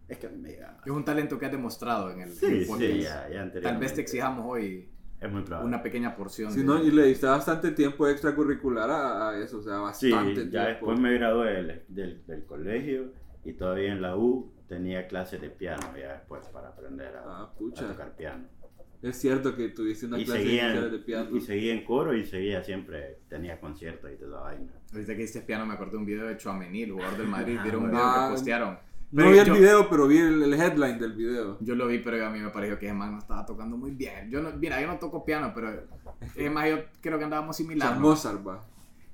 C: Es que a mí me llega.
F: Es un talento que has demostrado en el, en el
C: Sí,
F: podcast.
C: sí, ya, ya anteriormente.
F: Tal vez te exijamos hoy
C: Es muy probable.
F: una pequeña porción.
D: Sí,
F: de-
D: ¿no? Y le diste bastante tiempo extracurricular a, a eso, o sea,
C: Sí, ya
D: bastante tiempo.
C: después me gradué del, del, del colegio y todavía en la U tenía clases de piano ya después para aprender a,
D: Ah,
C: a
D: pucha.
C: tocar piano.
D: Es cierto que tuviste una
C: Y
D: clase
C: seguía,
D: inicial
C: en,
D: de piano.
C: y seguía en coro y seguía siempre, tenía conciertos y toda la vaina.
F: Ahorita que dices piano me acordé de un video de Chuamenil, jugador del Madrid.
C: Ah,
F: Vieron un
C: bueno.
F: video
D: Ah,
F: que postearon.
D: No
F: Pero
D: vi el
F: yo-
D: video, pero vi el, el headline del video.
F: Yo lo vi, pero a mí me pareció que ese man no estaba tocando muy bien. Yo no, mira, yo no toco piano, pero es más, yo creo que andábamos
D: O sea,
F: similar. ¿no?
D: Mozart, va.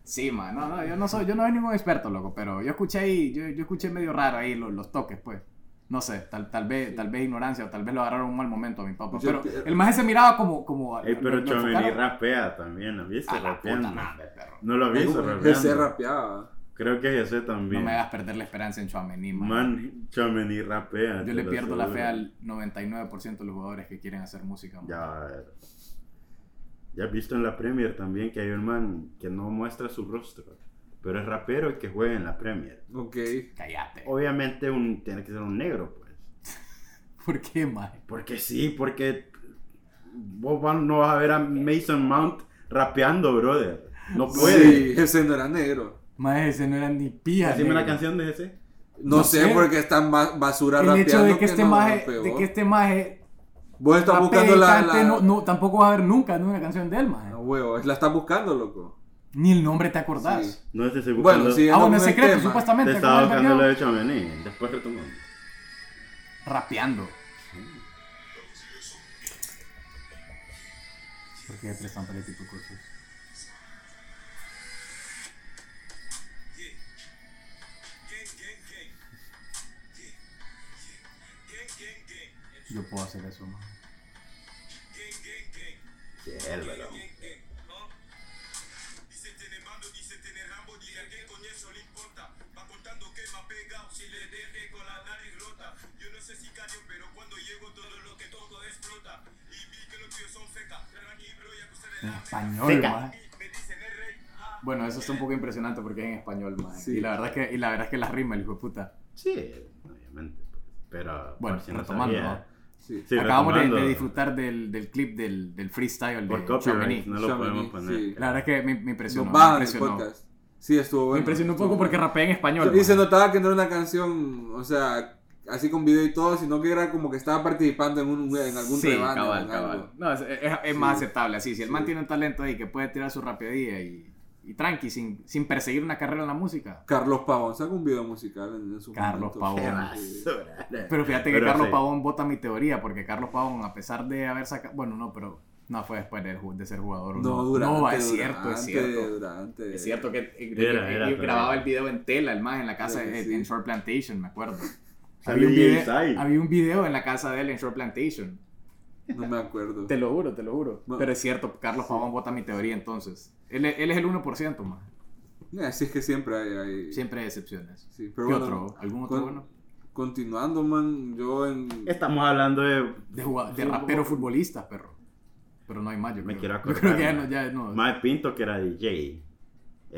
F: Sí, man, no, no, yo no soy, yo no soy ningún experto, loco, pero yo escuché ahí, yo, yo escuché medio raro ahí los, los toques, pues. No sé, tal, tal vez, tal vez ignorancia o tal vez lo agarraron un mal momento a mi papá.
D: Yo
F: Pero
D: te-
F: el maje se miraba como, como.
C: Ey, pero
F: lo- lo
C: Chomeni
F: enfocaron-
C: rapea también, ¿lo viste?
F: A Ah, la
C: Rapeando.
F: puta madre, perro.
C: No lo viste rapeando.
D: Ese rapeaba.
C: Creo que ese también.
F: No me hagas perder la esperanza en Chouameni, man.
C: Man, Chomeni rapea.
F: Yo
C: te
F: le
C: lo
F: pierdo la
C: aseguro.
F: fe al 99% de los jugadores que quieren hacer música. man.
C: Ya, a ver. Ya has visto en la Premier también que hay un man que no muestra su rostro, pero es rapero y que juega en la Premier.
D: Ok.
F: Cállate.
C: Obviamente un, tiene que ser un negro, pues.
F: ¿Por qué, maje?
C: Porque sí, porque vos va- no vas a ver a Mason Mount rapeando, brother. No puede.
D: Sí, ese no era negro.
F: Maje, ese no era ni pija.
C: Decime
F: negro.
C: una canción de ese.
D: No,
F: No sé.
D: sé, porque está ma- basura
F: El
D: rapeando.
F: hecho de que, este
D: no
F: maje,
D: rapeó.
F: de que este maje
D: Vos estás
F: rapee
D: buscando
F: y
D: la...
F: cante,
D: la...
F: No, no, tampoco vas a ver nunca ¿no? una canción de él, maje.
D: Ah, huevo, la estás buscando, loco.
F: Ni el nombre te acordás.
D: Sí.
C: No es ese
D: Bueno, sí,
F: Ah, bueno,
D: no
F: es
D: es
F: secreto,
D: tema.
C: Te
F: supuestamente.
C: estaba
F: como el
C: buscando lo
F: vaquero.
C: de Chomení. Después retomamos.
F: Rapeando. ¿Por qué prestan para este tipo de cosas? Yo puedo hacer eso, maje.
C: Cielo, loco.
E: Dice Tenemando, dice Tenerando. necesario, pero cuando llego todo lo que toco explota. Y vi que los tíos son seca, eran y bro y acusan
F: En español,
C: Seca.
F: mae.
E: Me dicen el rey, ah,
F: Bueno, eso está un poco impresionante porque es en español, mae.
D: Sí.
F: Y la verdad es que, y la verdad es que las rimas, el hijo de puta.
C: Sí, obviamente. pues, Pero,
F: Bueno,
C: por si no
F: retomando,
C: sabía-
D: Sí.
C: Sí,
F: Acabamos de, de
C: retomando.
F: disfrutar del, del clip del, del freestyle
C: Por
F: de Chamonix.
C: copyright, no lo
D: Chamonix,
C: podemos poner.
D: sí.
F: La verdad es que me, me
D: Nos
F: impresionó. Me
D: bajan el
F: impresionó.
D: podcast. Sí, estuvo bueno.
F: Me impresionó un poco
D: Estuvo
F: porque
D: bueno.
F: rapeé en español.
D: Y se
F: mae.
D: notaba que no era una canción, o sea, así con video y todo, sino que era como que estaba participando en, un, en algún
F: sí,
D: rebane o
F: cabal,
D: en
F: cabal.
D: algo.
F: No, es, es- es
D: Sí.
F: más aceptable así. Si el man
D: Sí.
F: tiene un talento ahí que puede tirar su rapidez y, y tranqui, sin, sin perseguir una carrera en la música.
D: Carlos Pavón sacó un video musical en, en su
F: Carlos
D: momento.
C: Qué
F: Pavón.
D: Sí.
C: basura.
F: Pero fíjate que
C: Pero
F: Carlos
C: sí.
F: Pavón vota mi teoría, porque Carlos Pavón, a pesar de haber sacado. Bueno, no, pero no fue después de, de ser jugador.
D: No,
F: dura.
D: Durante.
F: No, es cierto, es
D: Durante,
F: cierto.
D: Durante.
F: Es cierto que eh,
C: Era,
F: eh,
C: era,
F: yo
C: pero-
F: grababa el video en tela, el más en la casa
D: Creo que
F: en,
D: sí.
F: en Short Plantation, me acuerdo. Había
C: Salió
F: un,
C: bien
F: video,
C: inside.
F: había un video en la casa de él en Short Plantation.
D: No me acuerdo.
F: Te lo juro, te lo juro.
D: No.
F: Pero es cierto, Carlos Pavón vota mi teoría entonces. Él, es- él es el 1%, más.
D: Eh, Así es que siempre hay. hay-
F: Siempre hay excepciones.
D: Sí,
F: ¿Qué
D: pero bueno,
F: otro? ¿Algún otro
D: con-
F: bueno?
D: Continuando, man, yo en.
C: Estamos hablando de.
F: De, jugado- de raperos futbolistas, perro. Pero no hay más, yo
C: Me
F: creo.
C: quiero
F: Yo creo que ya no,
C: acordar,
F: ya no.
C: Mae Pinto, que era DJ.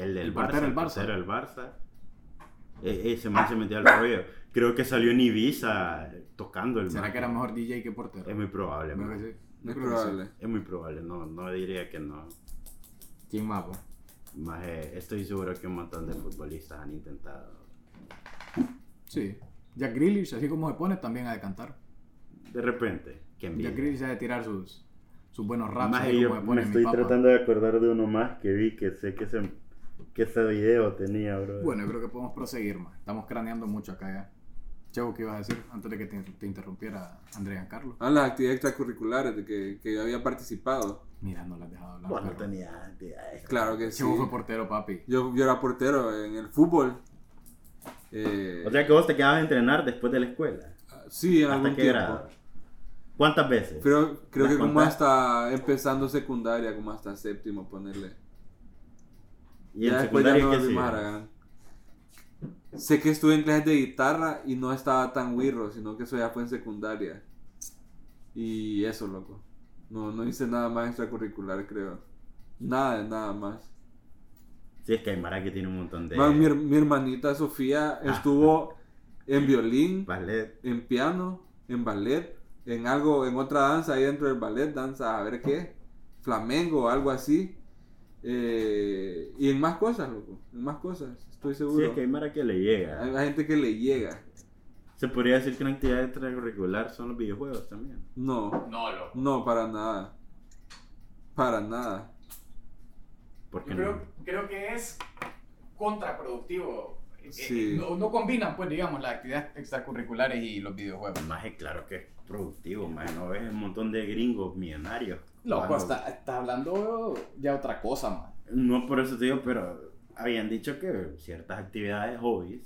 C: El del
F: El
C: Barça.
F: portero del Barça. Ah.
C: portero del Barça. E- ese man se metió al rollo. Creo que salió en Ibiza tocando el
F: ¿Será
C: man.
F: que era mejor DJ que portero?
C: Es muy probable,
F: Creo
C: man.
F: que sí.
D: No
F: Creo
D: es
F: que sí.
D: probable.
C: Es muy probable, no, no diría que no.
F: ¿Quién más, po?
C: Más, eh, estoy seguro que un montón de futbolistas han intentado.
F: Sí. Jack Grealish, así como se pone, también ha de cantar.
C: De repente, que envidia.
F: Jack Grealish ha de tirar sus, sus buenos raps,
C: Más,
F: así
C: yo
F: como se
C: me
F: pone mi
C: estoy
F: papá.
C: tratando de acordar de uno más que vi que sé que ese, que ese video tenía, bro.
F: Bueno, yo creo que podemos proseguir, más. Estamos craneando mucho acá ya. Chevo, ¿qué ibas a decir antes de que te, te interrumpiera Andrea Carlos?
D: A Ah, las actividades extracurriculares de que, que yo había participado.
F: Mira, no las has dejado hablar.
C: Bueno,
F: perro.
C: tenía antes.
D: Claro que sí.
F: Chevo fue portero, papi.
D: Yo, yo era portero en el fútbol. Eh,
C: O sea que vos te quedabas a entrenar después de la escuela.
D: sí, en
C: ¿Hasta
D: algún
C: qué
D: tiempo.
C: grado? ¿Cuántas veces?
D: Creo, creo
C: ¿Las
D: que como
C: contás?
D: hasta empezando secundaria, como hasta séptimo, ponerle.
C: y en
D: Ya después ya
C: secundaria
D: no
C: que
D: volví
C: sí.
D: más a Aragán. Sé que estuve en clases de guitarra y no estaba tan wirro, sino que eso ya fue en secundaria. Y eso, loco. No, no hice nada más extracurricular, creo. Nada, de nada más.
C: Sí, es que Aymara que tiene un montón de Ah.
D: Man, mi, her- mi hermanita Sofía estuvo en violín,
C: ballet.
D: en piano, en ballet, en algo, en otra danza ahí dentro del ballet, danza a ver qué, flamenco o algo así. Eh, y en más cosas, loco, en más cosas, estoy seguro.
C: Sí, es que Aymara que le
D: Hay,
C: llega.
D: hay gente que le llega.
C: Se podría decir que una actividad extracurricular son los videojuegos también.
D: No,
F: No, loco.
D: no, para nada. Para nada.
C: ¿Por qué
F: Yo
C: no?
F: creo, creo que es contraproductivo. Eh, eh,
D: Sí.
F: No, no combinan, pues, digamos, las actividades extracurriculares y los videojuegos.
C: Más es claro que es productivo, más no ves un montón de gringos millonarios.
F: Loco,
D: Claro.
F: está, está hablando ya otra cosa, man.
C: No por eso te digo, pero habían dicho que ciertas actividades, hobbies,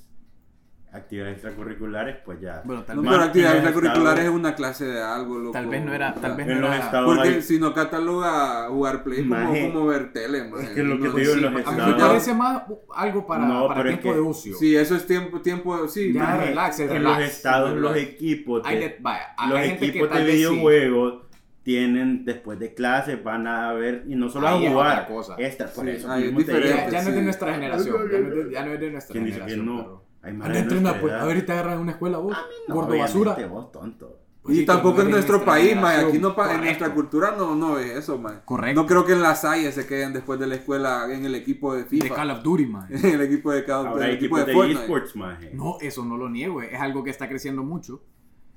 C: actividades extracurriculares, pues ya.
F: Bueno, tal
D: No,
F: vez-
D: pero actividad
C: Martínez,
D: extracurricular
C: Estado-
D: es una clase de algo, loco.
F: Tal vez no era, tal vez no
C: en los
F: era.
C: estados
D: Porque
C: hay-
D: si no cataloga jugar play como,
C: Maje.
D: como ver tele, man.
C: que lo que
D: No,
C: te digo,
D: sí,
C: los
D: man.
F: A mí
C: No.
F: me parece más uh, algo para,
C: No,
F: para
C: pero es
F: tiempo
C: que-
F: de ocio.
D: Sí, eso es tiempo, tiempo, sí.
F: Ya,
D: man.
F: relax,
C: en
F: relax,
C: los estados,
D: relax.
C: los equipos,
F: Hay
C: de-
F: de- vaya, hay
C: los
F: gente que
C: equipos
F: tal
C: de
F: vez sí.
C: videojuegos tienen después de clases van a ver y no solo
F: Ahí
C: a
F: es
C: jugar
F: otra cosa.
C: extra por
D: Sí,
C: eso
D: ahí es
C: mismo te digo.
F: Ya,
D: diferente.
F: ya no es de
D: Sí.
F: nuestra generación. Ya no es de, ya no es de nuestra
C: quién dice que
F: generación.
C: no
F: perro.
C: hay más
F: Anda,
C: de
F: entrena,
C: nuestra
F: pues.
C: edad.
F: A ver, te agarran en una escuela vos.
C: No,
F: Gordo
C: obviamente,
F: basura.
C: vos tonto
F: Pues
D: y
F: sí,
D: tampoco
F: pero
D: en
F: no es de
D: nuestro
F: nuestra
D: país, man. Aquí
F: generación.
D: no pa- en
F: Correcto.
D: nuestra cultura no, no es eso, man.
F: Correcto.
D: No creo que en la salle se queden después de la escuela en el equipo de
F: De
D: FIFA.
F: Call of Duty, man.
D: en el equipo de Call of Duty,
C: ahora
D: en
C: hay
D: el equipo
C: equipos
D: de
C: de
D: Fortnite.
C: esports más eh.
F: No, eso no lo niego, es algo que está creciendo mucho.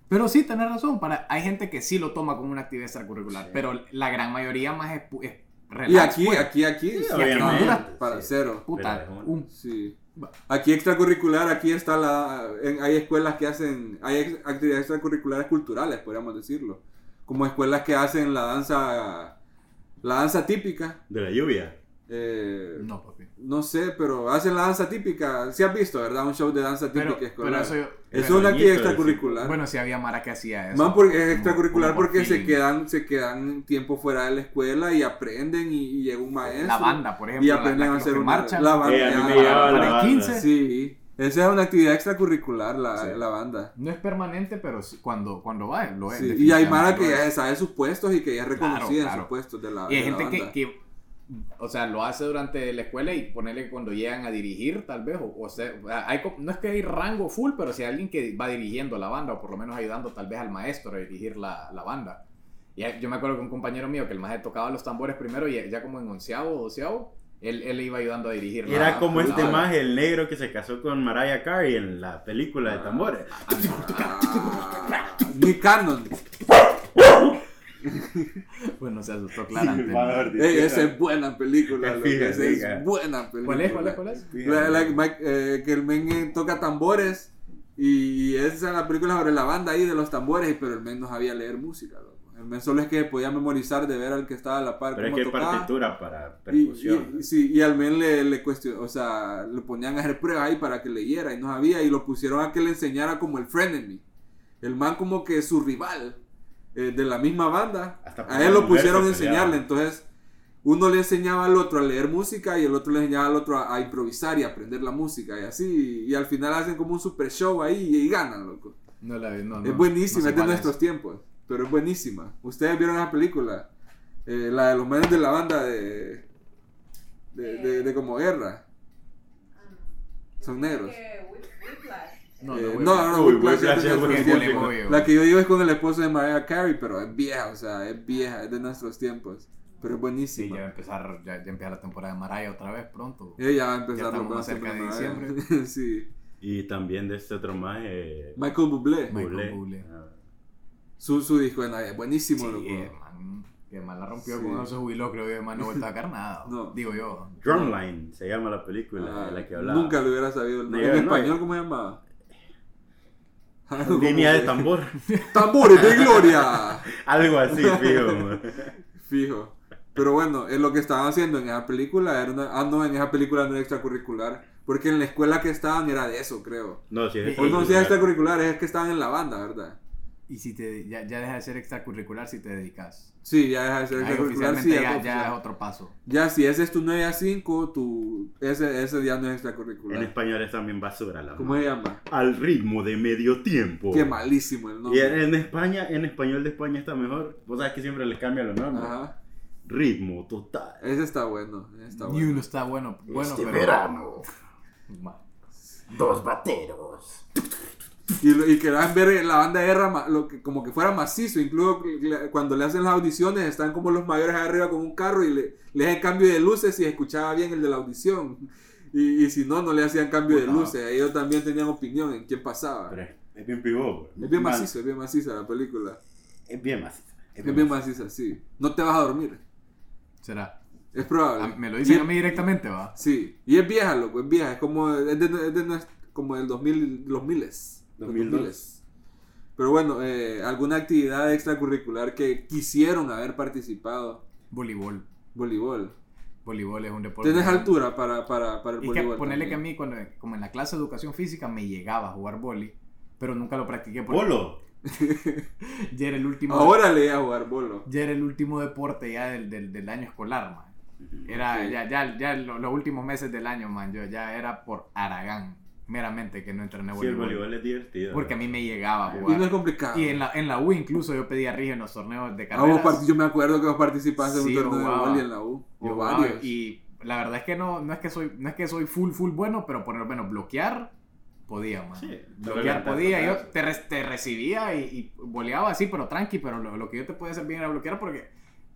F: Pero sí, tenés razón, para, hay gente que sí lo toma como una actividad extracurricular,
C: Sí.
F: pero la gran mayoría más es, pu- es
D: Y
F: relax,
D: aquí,
F: pues.
D: aquí, aquí, sí,
F: obviamente,
D: no,
C: obviamente,
D: para
C: sí.
D: cero.
F: Puta,
C: Pero es
F: un-
D: Sí.
F: Va.
D: Aquí extracurricular, aquí está la... en- hay escuelas que hacen... Hay ex- actividades extracurriculares culturales, podríamos decirlo. Como escuelas que hacen la danza... La danza típica.
C: de la lluvia
D: eh, no.
F: No, papi.
D: sé, pero hacen la danza típica. Si has visto, ¿verdad? Un show de danza
F: Pero,
D: típica
F: pero
D: escolar.
F: eso yo-
D: es
F: pero-
D: una actividad
C: bonito,
D: extracurricular.
F: Bueno, si había Mara que hacía eso.
D: Man, porque
F: Como-
D: es extracurricular
F: como por
D: porque se
F: feeling.
D: quedan, se quedan tiempo fuera de la escuela y aprenden y, y llega un maestro.
F: La banda, por ejemplo.
D: Y
F: la-
D: aprenden
F: la
D: a
F: que
D: hacer
F: los que
D: una-
F: marchan,
D: la banda,
C: Eh, a mí
D: ya,
C: me
D: la
C: llegaba
F: para
C: la
F: el
C: banda.
F: 15.
D: Sí. Esa es una actividad extracurricular, la,
F: Sí.
D: la banda.
F: No es permanente, pero sí- cuando, cuando va, lo es.
D: Sí, Y hay Mara
F: mara
D: que ya sabe sus puestos y que ya es
F: Claro,
D: reconocida en sus
F: claro.
D: puestos de la,
F: Y hay
D: de la
F: gente que,
D: banda.
F: que, o sea, lo hace durante la escuela y ponerle cuando llegan a dirigir, tal vez, o, o sea, hay, co- no es que hay rango full, pero si hay alguien que va dirigiendo la banda, o por lo menos ayudando tal vez al maestro a dirigir la, la banda. Y hay- yo me acuerdo que un compañero mío que el maestro tocaba los tambores primero, y ya como en onceavo o doceavo, él, él iba ayudando a dirigir la-
D: Ah,
C: Era como
F: la
C: este
F: banda.
C: más, el negro que se casó con Mariah Carey en la película de tambores.
D: Ah, Nick Cannon.
F: Bueno, se asustó claramente.
G: Eh,
D: Ey, Eh, esa es buena película.
C: Sí,
D: loco, esa
C: sí,
D: es buena película.
F: ¿Cuál es? ¿Cuál es? ¿Cuál es?
D: La- la- Mike, eh, que el men eh, toca tambores y esa es la película sobre la banda ahí de los tambores, pero el men no sabía leer música. loco. El men solo es que podía memorizar de ver al que estaba a la par
C: Pero es
D: cómo
C: que hay
D: tocaba.
C: partitura para
D: Y-
C: percusión.
D: Y, sí, y al men le, le cuestion- o sea, le ponían a hacer pruebas ahí para que leyera y no sabía y lo pusieron a que le enseñara como el frenemy. El man como que su rival eh, de la misma banda.
C: Hasta
D: a él lo
C: peleaban,
D: pusieron a
C: verse,
D: enseñarle.
C: peleaban.
D: Entonces, uno le enseñaba al otro a leer música y el otro le enseñaba al otro a, a improvisar y aprender la música y así. Y al final hacen como un super show ahí y, y ganan, loco.
F: No la vi, no, no,
D: Es buenísima,
F: no sé
D: es de
F: cuál
D: nuestros tiempos, pero es buenísima. Ustedes vieron la película, Eh, la de los menes de la banda de, de, de- de como guerra. Son negros.
A: Ah, Que Whip- Whiplash.
F: No,
D: Eh,
F: no,
D: no, no, no,
C: Uy,
D: Whiplash
C: Whiplash
D: es de
C: es
D: nuestros
C: buenísima.
D: tiempos.
F: Obvio.
D: La que yo digo es con el esposo de Mariah Carey, pero es vieja, o sea, es vieja, es de nuestros tiempos, pero
F: Sí, ya
D: es buenísima.
F: va a empezar, ya, ya empieza la temporada de Maraya otra vez pronto.
D: Ella va a empezar
F: estamos
D: lo
F: más
D: que hace
F: cerca de
D: Mariah.
F: diciembre.
D: sí.
C: Y también de este otro más, eh,
D: Michael Bublé,
F: Michael
C: Bublé.
F: Bublé.
C: Ah.
D: su, su disco de Navidad, es buenísimo,
F: Sí,
D: loco.
F: eh, man, que mal la rompió
D: pues. Sí.
F: con uno se jubiló, creo que man no vuelta a sacar nada.
D: No.
F: Digo yo.
C: Drumline se llama la película de la que hablaba.
D: Ah, Nunca lo hubiera sabido. el
C: No,
D: nombre.
C: no,
D: ¿En
C: no.
D: español cómo se llamaba? Algo
C: Línea de
D: como
C: tambor.
D: ¡Tambores de gloria!
C: Algo así, fijo. man.
D: Fijo. Pero bueno, es lo que estaban haciendo en esa película era una- Ah, no, en esa película no era extracurricular. Porque en la escuela que estaban era de eso, creo.
C: No, si es
D: O no, si era extracurricular, es que estaban en la banda, ¿verdad?
F: Y si te, ya, ya deja de ser extracurricular si te dedicas.
D: Sí, ya deja de ser
F: Ahí
D: extracurricular.
F: oficialmente ya,
D: Sí, ya,
F: ya es
D: ya,
F: otro paso.
D: ya, si ese es tu 9 a 5, tu, ese, ese ya no es
C: En
D: extracurricular.
C: español es también basura la
D: ¿Cómo
C: man.
D: se llama?
C: Al ritmo de medio tiempo.
D: Qué malísimo el
C: Oh. Y
D: nombre.
C: en, en España, en español de España está mejor. Vos sabés que siempre les cambian los nombres.
D: Ajá.
C: Ritmo total.
D: Ese está bueno. ese está
F: Ni
D: bueno.
F: uno está bueno. bueno
B: este
F: pero-
B: verano,
F: Ma-
B: dos bateros.
D: Y, lo- y que van a ver la banda de guerra ma- lo que, como que fuera macizo. Incluso le- cuando le hacen las audiciones, están como los mayores ahí arriba con un carro y le, le hacen cambio de luces si escuchaba bien el de la audición. Y, y si no, no le hacían cambio de
F: Puta.
D: luces. Ellos también tenían opinión en quién pasaba.
C: Pero es, es bien pivot.
D: es bien macizo, es bien maciza la película.
C: Es bien macizo.
D: Es bien maciza, sí. No te vas a dormir.
F: Será.
D: Es probable.
F: Ah, me lo
D: Y
F: dicen
D: es-
F: a mí directamente, va.
D: Sí. Y es vieja, loco. Es vieja. Es como, es de, es de nues- como del 2000, los miles. Los
C: 2002.
D: miles. Pero bueno, eh, alguna actividad extracurricular que quisieron haber participado.
F: Voleibol.
D: Voleibol.
F: Voleibol es un deporte.
D: ¿Tienes altura para, para, para el
F: Y que
D: voleibol?
F: ponerle que a
D: también?
F: mí, cuando, como en la clase de educación física, me llegaba a jugar boli, pero nunca lo practiqué porque
C: Polo.
F: ya era el último.
D: Ahora le iba a jugar bolo.
F: ya era el último deporte ya del, del, del año escolar, man. Era
D: Sí.
F: ya, ya, ya lo- los últimos meses del año, man, yo ya era por Aragán, meramente que no entrené
C: Sí, el
F: voleibol.
C: voleibol es divertido.
F: porque a mí me llegaba a
C: Y
D: Y no es
F: jugar.
D: complicado.
F: Y en la, en la U incluso yo pedía río en los torneos de
D: Ah, vos
F: carreras.
D: part- yo me acuerdo que vos participaste en
F: Sí,
D: un
F: yo
D: torneo de
F: jugaba.
D: voleibol en la U.
F: Yo
D: O
F: jugaba
D: varios.
F: y la verdad es que no, no es que soy, no es que soy full, full bueno, pero por lo menos bloquear podía, man.
C: Sí,
F: Bloquear podía, yo te, re- te recibía y, y voleaba así, pero tranqui, pero lo, lo que yo te podía hacer bien era bloquear porque,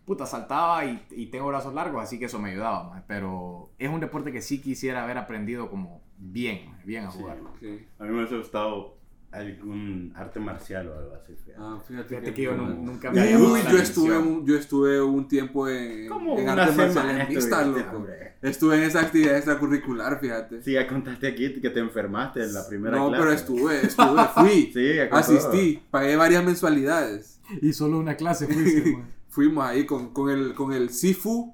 F: puta, saltaba y, y tengo brazos largos, así que eso me ayudaba, man. pero es un deporte que sí quisiera haber aprendido como bien, man, bien a
C: Sí.
F: jugarlo.
D: Ok.
C: A mí me hubiese gustado algún arte marcial o algo así. fíjate.
D: Ah, fíjate,
F: Fíjate que yo
D: no-
F: nu- nunca
C: Ya,
F: me
D: Uy,
C: ya
F: llamó
C: voy,
F: la
D: yo, estuve
F: atención.
D: un, yo estuve un tiempo en,
C: Como
D: en
C: una
D: artes
C: semana
D: marciales mixtas,
C: estuviste,
D: loco.
C: hombre.
D: Estuve en esa actividad extracurricular, fíjate.
C: Sí, ya contaste aquí que te enfermaste en la primera
D: no,
C: clase.
D: pero estuve, estuve, fui,
C: Sí, ya contó.
D: asistí, pagué varias mensualidades.
F: Y solo una clase fuiste, man.
D: Fuimos ahí con, con el, con el Sifu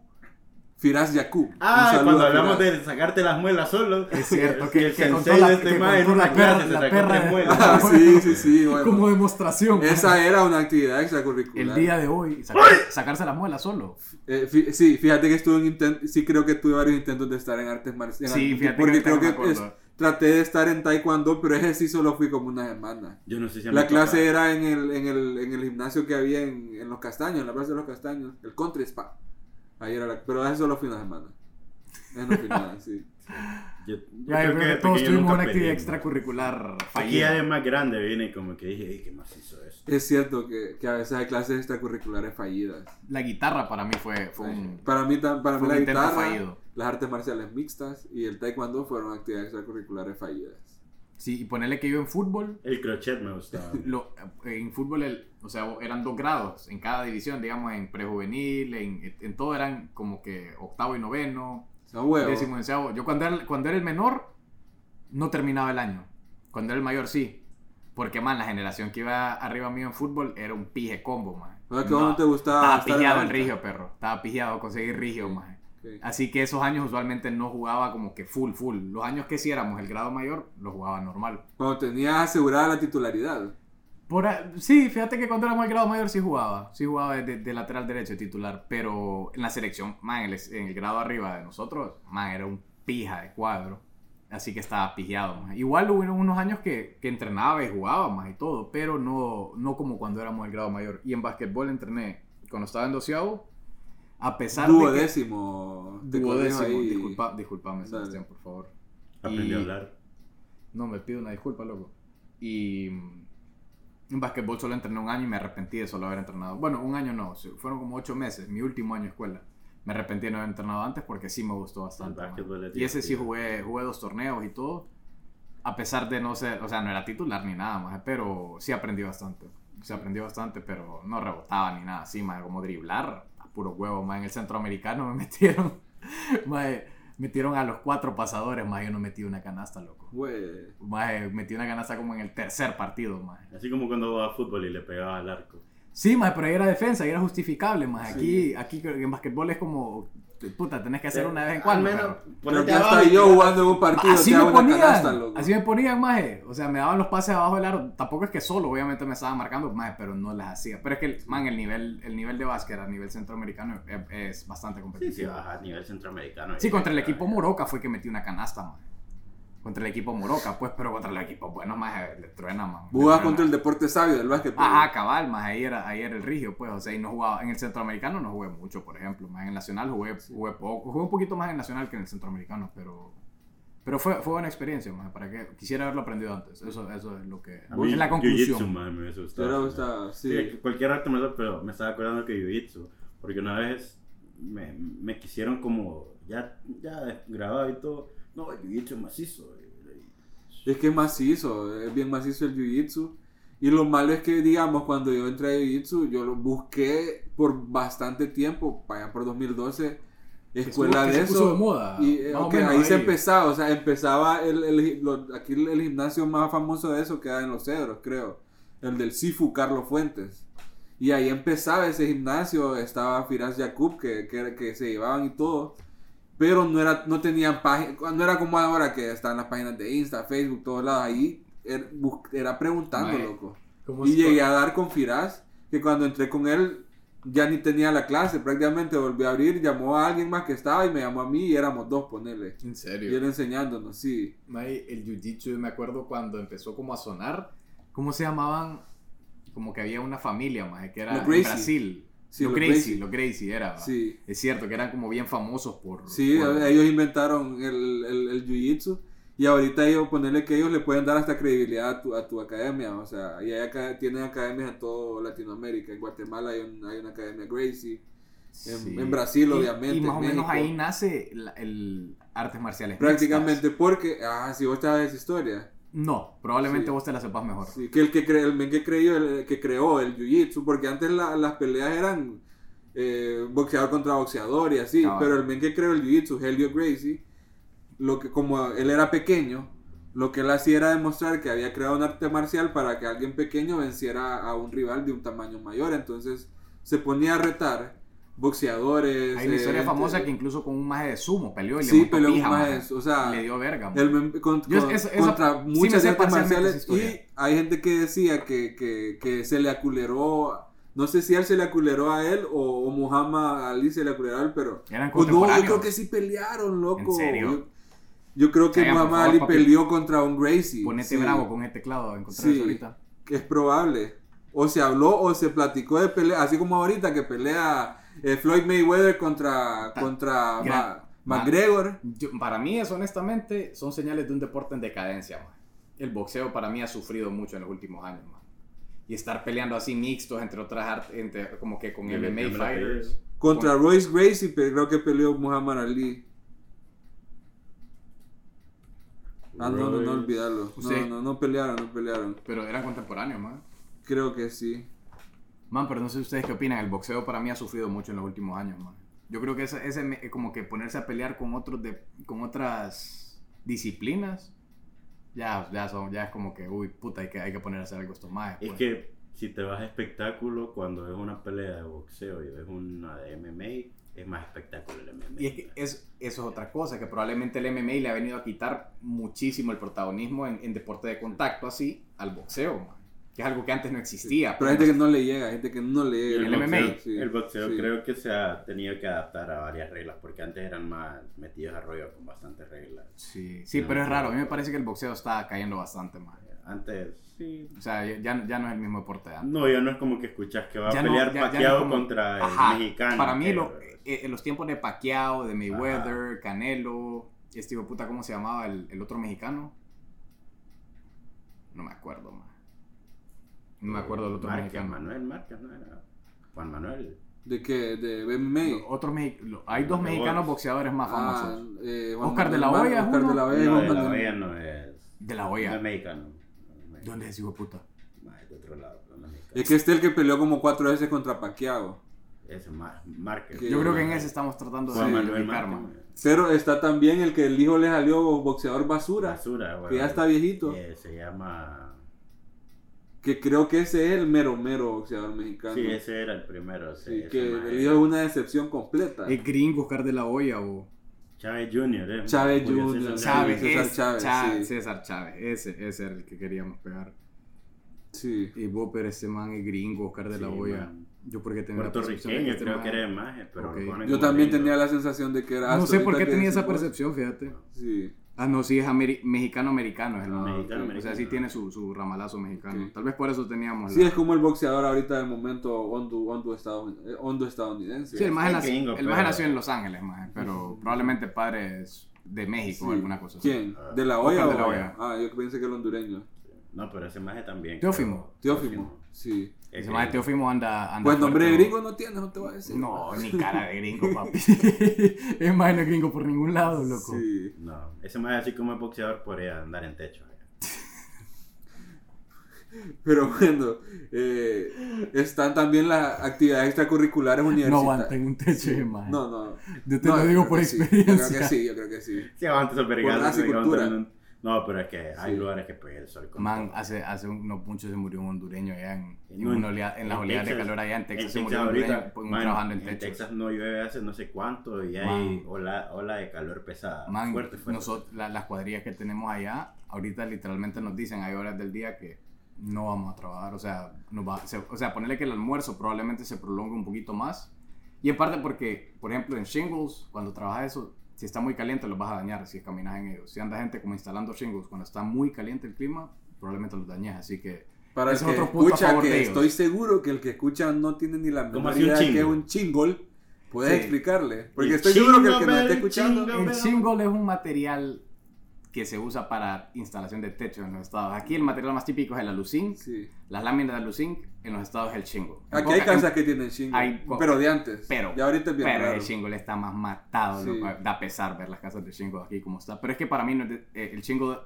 D: Firas Yakub.
C: Ah, cuando hablamos de sacarte las muelas solo.
F: Es cierto, que-
C: el
F: que contó
C: sensei
F: la-
C: de este
F: que
C: man en
F: contó la
C: una clase
F: perra-
C: se
F: la
C: sacó
F: perra
C: tres
F: de-
C: muelas.
D: Ah, sí, sí, sí, bueno.
F: Como demostración. man.
D: Esa era una actividad extracurricular.
F: El día de hoy, saca- sacarse la muela solo.
D: Eh, fí- sí, fíjate que estuve en intent- sí creo que tuve varios intentos de estar en artes marciales.
F: Sí, fíjate que
D: porque
F: ahorita
D: creo
F: no me
D: que es-
F: acuerdo.
D: traté de estar en taekwondo, pero ese sí solo fui como una semana.
C: Yo no sé si a
D: La
C: mi
D: clase
C: papá-
D: era en el, en, el, en el gimnasio que había en, en Los Castaños, en la Plaza de los Castaños, el Country Spa. Ahí era la, pero eso solo fue una semana. Eso no fue nada, sí.
C: Yo, yo
F: Ya, yo
C: creo
F: creo
C: que de
F: que todos
C: pequeño
F: tuvimos
C: nunca
F: una actividad
C: pedí.
F: extracurricular
C: Aquí ya
F: fallida.
C: de más grande viene como que dije, "Ey, ¿qué más hizo esto?
D: Es cierto que, que a veces hay clases extracurriculares fallidas.
F: La guitarra para mí fue, fue un...
D: Para mí, tam- para
F: fue
D: mí
F: un
D: la
F: intento
D: guitarra,
F: fallido.
D: las artes marciales mixtas y el taekwondo fueron actividades extracurriculares fallidas.
F: Sí, y ponerle que yo en fútbol,
C: El crochet me gustaba.
F: lo- en fútbol, el- o sea, eran dos grados en cada división, digamos, en prejuvenil, en, en todo eran como que octavo y noveno,
D: Son huevos.
F: décimo, onceavo. Yo cuando era, cuando era el menor, no terminaba el año. Cuando era el mayor, sí. Porque, man, la generación que iba arriba mío en fútbol era un pije combo, man.
D: O sea, que a vos no te gustaba
F: Estaba
D: estar en
F: pijado
D: la
F: el
D: banca.
F: rigio, perro. Estaba pijado conseguir rigio, man.
D: Sí.
F: Así que esos años usualmente no jugaba como que full, full. Los años que sí éramos el grado mayor, lo jugaba normal.
D: Cuando tenías asegurada la titularidad.
F: Por, a- sí, fíjate que cuando éramos el grado mayor sí jugaba. Sí jugaba de, de lateral derecho titular. Pero en la selección, man, en el, en el grado arriba de nosotros, man, era un pija de cuadro. Así que estaba pijado, man. Igual hubo unos años que, que entrenaba y jugaba más y todo, pero no, no como cuando éramos el grado mayor. Y en basquetbol entrené cuando estaba en doceavo, a pesar de que...
D: Duodécimo. te corrijo
F: Duodécimo,
D: ahí.
F: disculpa, disculpame,
D: Dale.
F: Sebastián, por favor.
C: Aprendí
F: Y-
C: a hablar.
F: No, me pido una disculpa, loco. Y mm, en basquetbol solo entrené un año y me arrepentí de solo haber entrenado. Bueno, un año no, se- fueron como ocho meses, mi último año de escuela. Me arrepentí de no haber entrenado antes porque sí me gustó bastante.
C: El
F: man.
C: básquetbol es
F: Y ese sí
C: divertido.
F: jugué, jugué dos torneos y todo. A pesar de no ser, o sea, no era titular ni nada más, pero sí aprendí bastante. Se aprendió bastante, pero no rebotaba ni nada así, más como driblar, a puro huevo, más en el centroamericano me metieron, más metieron a los cuatro pasadores, más yo no metí una canasta, loco.
D: Güey.
F: Maje, metí una canasta como en el tercer partido, maje.
C: Así como cuando jugaba a fútbol y le pegaba al arco.
F: Sí, maje, pero ahí era defensa, ahí era justificable, maje.
D: Sí.
F: Aquí, aquí creo que en basquetbol es como, puta, tenés que hacer
C: Pero,
F: una vez en
C: Al
F: cuando.
C: menos,
F: pero-
D: Pero
C: ponete
D: ya
C: abajo
D: hasta
C: y-
D: yo jugando en un partido.
F: Así
D: te
F: me
D: hago una
F: ponían,
D: canasta, loco.
F: así me ponían, maje. O sea, me daban los pases abajo del aro. Tampoco es que solo, obviamente me estaban marcando, maje, pero no las hacía. Pero es que, man, el nivel, el nivel de básquet a nivel centroamericano es, es bastante
C: Sí,
F: competitivo.
C: sí, ajá, a nivel centroamericano.
F: Sí,
C: Ya,
F: contra el
C: ya,
F: equipo
C: ya.
F: Moroca fue que metí una canasta, man. Contra el equipo Moroca, pues, pero contra el equipo bueno, más le truena, man. Le
D: Jugabas
F: truena.
D: contra el deporte sabio del básquetbol.
F: Ajá, cabal, más ahí era, ahí era el rigio, pues, o sea, y no jugaba, en el centroamericano no jugué mucho, por ejemplo, más en el nacional jugué, jugué poco, jugué un poquito más en el nacional que en el centroamericano, pero, pero fue, fue buena experiencia, más, para que, quisiera haberlo aprendido antes, eso, eso es lo que,
C: A mí,
F: es la
C: Jiu-jitsu,
F: conclusión.
C: madre, me hubiese gustado.
D: Pero está,
C: Sí,
D: sí.
C: cualquier arte marcial, pero me estaba acordando que Jiu-Jitsu, porque una vez me, me quisieron como ya, ya grabado y todo, no, Jiu-Jitsu es macizo.
D: Es que es macizo, es bien macizo el jiu-jitsu. Y lo malo es que, digamos, cuando yo entré a jiu-jitsu, yo lo busqué por bastante tiempo, para allá por 2012, escuela
F: que
D: de
F: se
D: eso.
F: puso de moda,
D: Y eh,
F: más o
D: ok,
F: menos,
D: ahí, se
F: ahí.
D: empezaba, o sea, empezaba el, el- lo- aquí el gimnasio más famoso de eso queda en Los Cedros, creo. El del Sifu Carlos Fuentes. Y ahí empezaba ese gimnasio, estaba Firas Yakub, que, que, que se llevaban y todo. Pero no, era, no tenían página, no era como ahora que están las páginas de Insta, Facebook, todos lados. Ahí era, bus- era preguntando,
F: Mae,
D: loco.
F: ¿Cómo
D: Y
F: se-
D: llegué a dar con Firas, que cuando entré con él ya ni tenía la clase, prácticamente volví a abrir, llamó a alguien más que estaba y me llamó a mí y éramos dos, ponele.
F: En serio.
D: Y él enseñándonos, sí.
F: Mae, el jiu-jitsu, me acuerdo cuando empezó como a sonar, ¿cómo se llamaban? Como que había una familia, más que era
D: Los
F: en
D: Gracie.
F: Brasil.
D: Sí,
F: lo,
D: los
F: Gracie,
D: Gracie.
F: lo Gracie era.
D: Sí.
F: Es cierto, que eran como bien famosos por...
D: Sí,
F: por-
D: ellos inventaron el, el, el jiu-jitsu y ahorita ellos, ponerle que ellos le pueden dar hasta credibilidad a tu, a tu academia, o sea, y hay aca- tienen academias en todo Latinoamérica, en Guatemala hay, un- hay una academia Gracie, en,
F: Sí.
D: en Brasil
F: Y-
D: obviamente,
F: Y más
D: en
F: o menos
D: México.
F: ahí nace la- el artes marciales. mixtas.
D: Prácticamente porque, ah, si vos te sabes esa historia,
F: No, probablemente
D: Sí.
F: vos te la sepas mejor.
D: Sí, que el que cre- el men que creyó, el que creó el jiu-jitsu, porque antes la- las peleas eran eh, boxeador contra boxeador y así,
F: Cabal.
D: pero el men que creó el jiu-jitsu, Helio Gracie, lo que como él era pequeño, lo que él hacía era demostrar que había creado un arte marcial para que alguien pequeño venciera a un rival de un tamaño mayor, entonces se ponía a retar boxeadores.
F: Hay una
D: eh,
F: historia
D: ent-
F: famosa que incluso con un maje de sumo peleó y
D: Sí,
F: le montó
D: peleó un
F: pija,
D: maje,
F: maje.
D: o sea,
F: le dio verga. maje.
D: el mem- con-
F: Yo
D: con-
F: es- esa-
D: contra
F: sí me
D: muchas
F: sé
D: artes
F: parcialmente
D: marciales.
F: esa historia.
D: Y hay gente que decía que, que, que se le aculeró. No sé si él se le aculeró a él o, o Muhammad Ali se le aculeró a él, pero.
F: Eran
D: Oh, no, yo
F: contemporáneos.
D: creo que sí pelearon, loco.
F: ¿En serio?
D: Yo- Yo creo que
F: Chayanne, por
D: Muhammad
F: favor,
D: Ali
F: papi.
D: peleó contra un Gracie.
F: Ponete
D: Sí.
F: bravo con este teclado, encontrar
D: Sí.
F: eso ahorita.
D: Es probable. O se habló o se platicó de pelea, así como ahorita que pelea eh, Floyd Mayweather contra, contra
F: gran-
D: Ma-
F: ma-
D: McGregor.
F: Yo- para mí eso honestamente son señales de un deporte en decadencia. man. El boxeo para mí ha sufrido mucho en los últimos años. man. Y estar peleando así mixtos entre otras artes, entre, como que con
C: Y le
F: MMA
C: tiembla
F: fighters.
C: aquello.
D: Contra Royce Gracie, pero creo que peleó Muhammad Ali. Ah, no, no, no,
C: Royce.
D: olvídalo. No,
F: Sí.
D: no, no pelearon, no pelearon.
F: Pero eran contemporáneos, man.
D: Creo que sí.
F: Man, pero no sé ustedes qué opinan. El boxeo para mí ha sufrido mucho en los últimos años, man. Yo creo que ese, ese me- eh, como que ponerse a pelear con otros de, con otras disciplinas, ya, ya son, ya es como que, uy, puta, hay que, hay que poner a hacer algo estos pues. más.
C: Es que si te vas a espectáculo, cuando es una pelea de boxeo y es una de MMA, es más espectáculo el MMA.
F: Y es que es, eso es otra cosa, que probablemente el MMA le ha venido a quitar muchísimo el protagonismo en, en deporte de contacto, así, al boxeo, man. que es algo que antes no existía. pues.
D: Pero hay gente que no le llega, hay gente que no le llega.
F: El MMA.
C: boxeo-
D: Sí,
C: el boxeo
D: sí.
C: creo que se ha tenido que adaptar a varias reglas, porque antes eran más metidos a rollo con bastantes reglas.
F: Sí, sí, pero es raro, a mí me parece que el boxeo está cayendo bastante más.
C: Antes, sí.
F: O sea, ya, ya no es el mismo deporte ¿ah? de antes.
C: No, ya no es como que escuchas que va
F: Ya
C: a
F: no- ya-
C: pelear
F: ya no es
C: paqueado
F: como-
C: contra el
F: Ajá,
C: mexicano.
F: Para mí, lo-
C: pero-
F: eh, eh, los tiempos de Pacquiao, de Mayweather, Canelo, este hijo de puta, ¿cómo se llamaba el, el otro mexicano? No me acuerdo, man. No me acuerdo del otro
C: Márquez,
F: mexicano.
C: Manuel Márquez, ¿no era? Juan Manuel.
D: ¿De qué? ¿De MMA?
F: Lo- otros mexi- lo- hay dos
C: Los
F: mexicanos
C: box.
F: boxeadores más
D: Ah,
F: famosos.
D: eh, Juan
F: Oscar de la
D: Manuel
F: Hoya es
D: Mar- Oscar
F: uno.
D: de la Hoya. y
C: No,
D: Juan
C: de la
D: Manuel-
C: Hoya no es.
F: De la
C: No es
F: Hoya.
C: mexicano.
F: ¿Dónde es, hijo de puta?
C: Más es de otro lado. no es mexicano.
D: Es que este es el que peleó como cuatro veces contra Pacquiao.
C: Ese Mar- Márquez.
D: Que-
F: Yo creo que en ese estamos tratando
C: Juan
F: de
C: Manuel
F: ubicar, man.
C: Márquez.
D: Pero está también el que el hijo le salió boxeador basura,
C: Basura, güey.
D: que ya está viejito.
C: Eh, se llama.
D: Que creo que ese es el mero, mero boxeador mexicano.
C: Sí, ese era el primero.
D: Sí,
C: Sí,
D: que el hijo es una decepción completa.
F: Es gringo Oscar de la Hoya o
C: Chávez Jr. eh,
D: Chávez
C: Julio
D: Jr.,
C: César
F: Chávez,
D: César
F: es-
D: Chávez,
F: Chá-
D: sí.
F: César Chávez, ese, ese era el que queríamos pegar.
D: Sí.
F: Y vos, pero ese man es gringo, Oscar de la
C: Sí,
F: Hoya.
C: man.
F: Yo porque tenía la percepción de que
C: Puertorriqueño,
F: este
C: creo
F: man- Ah,
C: que era de maje, pero
F: Ok.
C: lo ponen
D: Yo
C: como
D: también
C: gringo.
D: tenía la sensación de que era...
F: No
D: hasta
F: sé por
D: ahorita
F: qué
D: que
F: tenía esa
D: decimos-
F: percepción, fíjate.
D: Sí.
F: Ah, no, sí, es ameri- mexicano-americano. es el-
D: Ah,
F: o sea,
C: Mexicano-americano.
F: sí tiene su, su ramalazo mexicano.
D: Ok.
F: Tal vez por eso teníamos...
D: Sí,
F: la-
D: es como el boxeador ahorita del momento hondo, hondo, estadoun- eh, hondo estadounidense.
F: Sí, el más
C: es
F: nació,
C: gringo,
F: el maje
C: pero-
F: nació en Los Ángeles, maje, pero probablemente padres de México o
D: Sí.
F: alguna cosa así.
D: ¿Quién? ¿De la Hoya
F: Oscar
D: o
F: de la Hoya.
D: Ah, yo pensé que el hondureño.
C: No, pero ese maje también.
F: Teófimo.
C: creo. Eh,
D: Teófimo. Sí.
C: Es
F: Ese maje
C: gringo.
F: Teófimo anda... anda
D: Pues nombre de
F: fuerte,
D: gringo no tienes, no te voy a decir.
F: No, ni cara de gringo, papi. es más, no es gringo por ningún lado, loco.
D: Sí.
C: No, ese maje así como es boxeador podría andar en techo. eh.
D: Pero bueno, eh, están también las actividades extracurriculares
F: No
D: universitarias.
F: aguanten un techo de maje.
D: No, no.
F: Yo te
D: No,
F: lo
D: yo
F: digo
D: creo
F: por
D: que sí,
F: experiencia.
D: Yo creo que sí, yo creo que sí.
C: Sí, aguanta esos
D: raza
C: vergazos.
D: y
C: sí, aguanta
D: cultura.
C: un- No, pero es que hay
D: Sí.
C: lugares que pegan el sol. con
F: Man,
C: todo.
F: hace, hace unos muchos se murió un hondureño allá en, en,
C: No,
F: una olea- en las
C: en
F: oleadas de
C: Texas-
F: calor allá en Texas. se murió pues, un
C: ahorita,
F: hondureño por-
C: man,
F: trabajando en
C: en
F: techos.
C: Texas no llueve hace no sé cuánto y hay ola, ola de calor pesada.
F: Man,
C: fuerte, fuerte.
F: nosot- la- las cuadrillas que tenemos allá, ahorita literalmente nos dicen hay horas del día que no vamos a trabajar. O sea, nos va- se- o sea ponerle que el almuerzo probablemente se prolongue un poquito más. Y en parte porque, por ejemplo, en shingles, cuando trabajas eso, si está muy caliente los vas a dañar si caminas en ellos. Si anda gente como instalando shingles, cuando está muy caliente el clima, probablemente los dañas. Así que...
D: Para el
F: Ese
D: que
F: es otro punto a
D: escucha,
F: favor de
D: que
F: ellos.
D: estoy seguro que el que escucha no tiene ni la menor
C: así un
D: idea que es
C: chingle?
D: un chingol, puedes
F: Sí.
D: explicarle. Porque
C: El
D: estoy seguro que el que
C: chingo,
D: nos
C: man,
D: está escuchando.
C: chingo.
F: El shingle es un material que se usa para instalación de techo en los estados. Aquí el material más típico es el aluzinc.
D: Sí.
F: Las láminas de aluzinc en los estados es el shingle. En
D: Aquí hay
F: poca-
D: casas que tienen chingo,
F: hay-
D: pero de antes.
F: pero-
D: ya ahorita es bien
F: Pero
D: raro.
F: el shingle está más matado,
D: Sí.
F: loco. da pesar ver las casas de shingle aquí como está. Pero es que para mí no es de- eh, el shingle,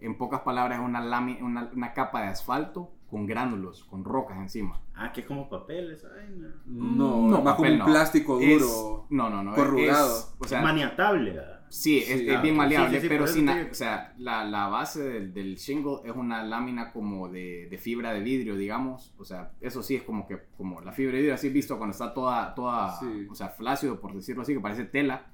F: en pocas palabras, es una, lámi- una, una capa de asfalto con gránulos, con rocas encima.
C: Ah, que es como papel esa vaina.
D: No,
F: Mm, No,
D: más como
F: papel
D: un
F: no.
D: plástico
F: Es-
D: duro.
F: no, no, no. es-
D: corrugado.
F: es- o
C: Es
F: sea,
C: maniatable. ¿verdad?
F: Sí, es,
D: Sí,
F: es
D: ah,
F: bien
C: sí,
F: maleable,
C: sí, sí,
F: pero
C: por eso
F: sin,
C: te
F: la-
C: digo.
F: o sea, la, la base del, del shingle es una lámina como de, de fibra de vidrio, digamos, o sea, eso sí es como que, como la fibra de vidrio, así visto cuando está toda, toda,
D: Sí.
F: o sea, flácido, por decirlo así, que parece tela,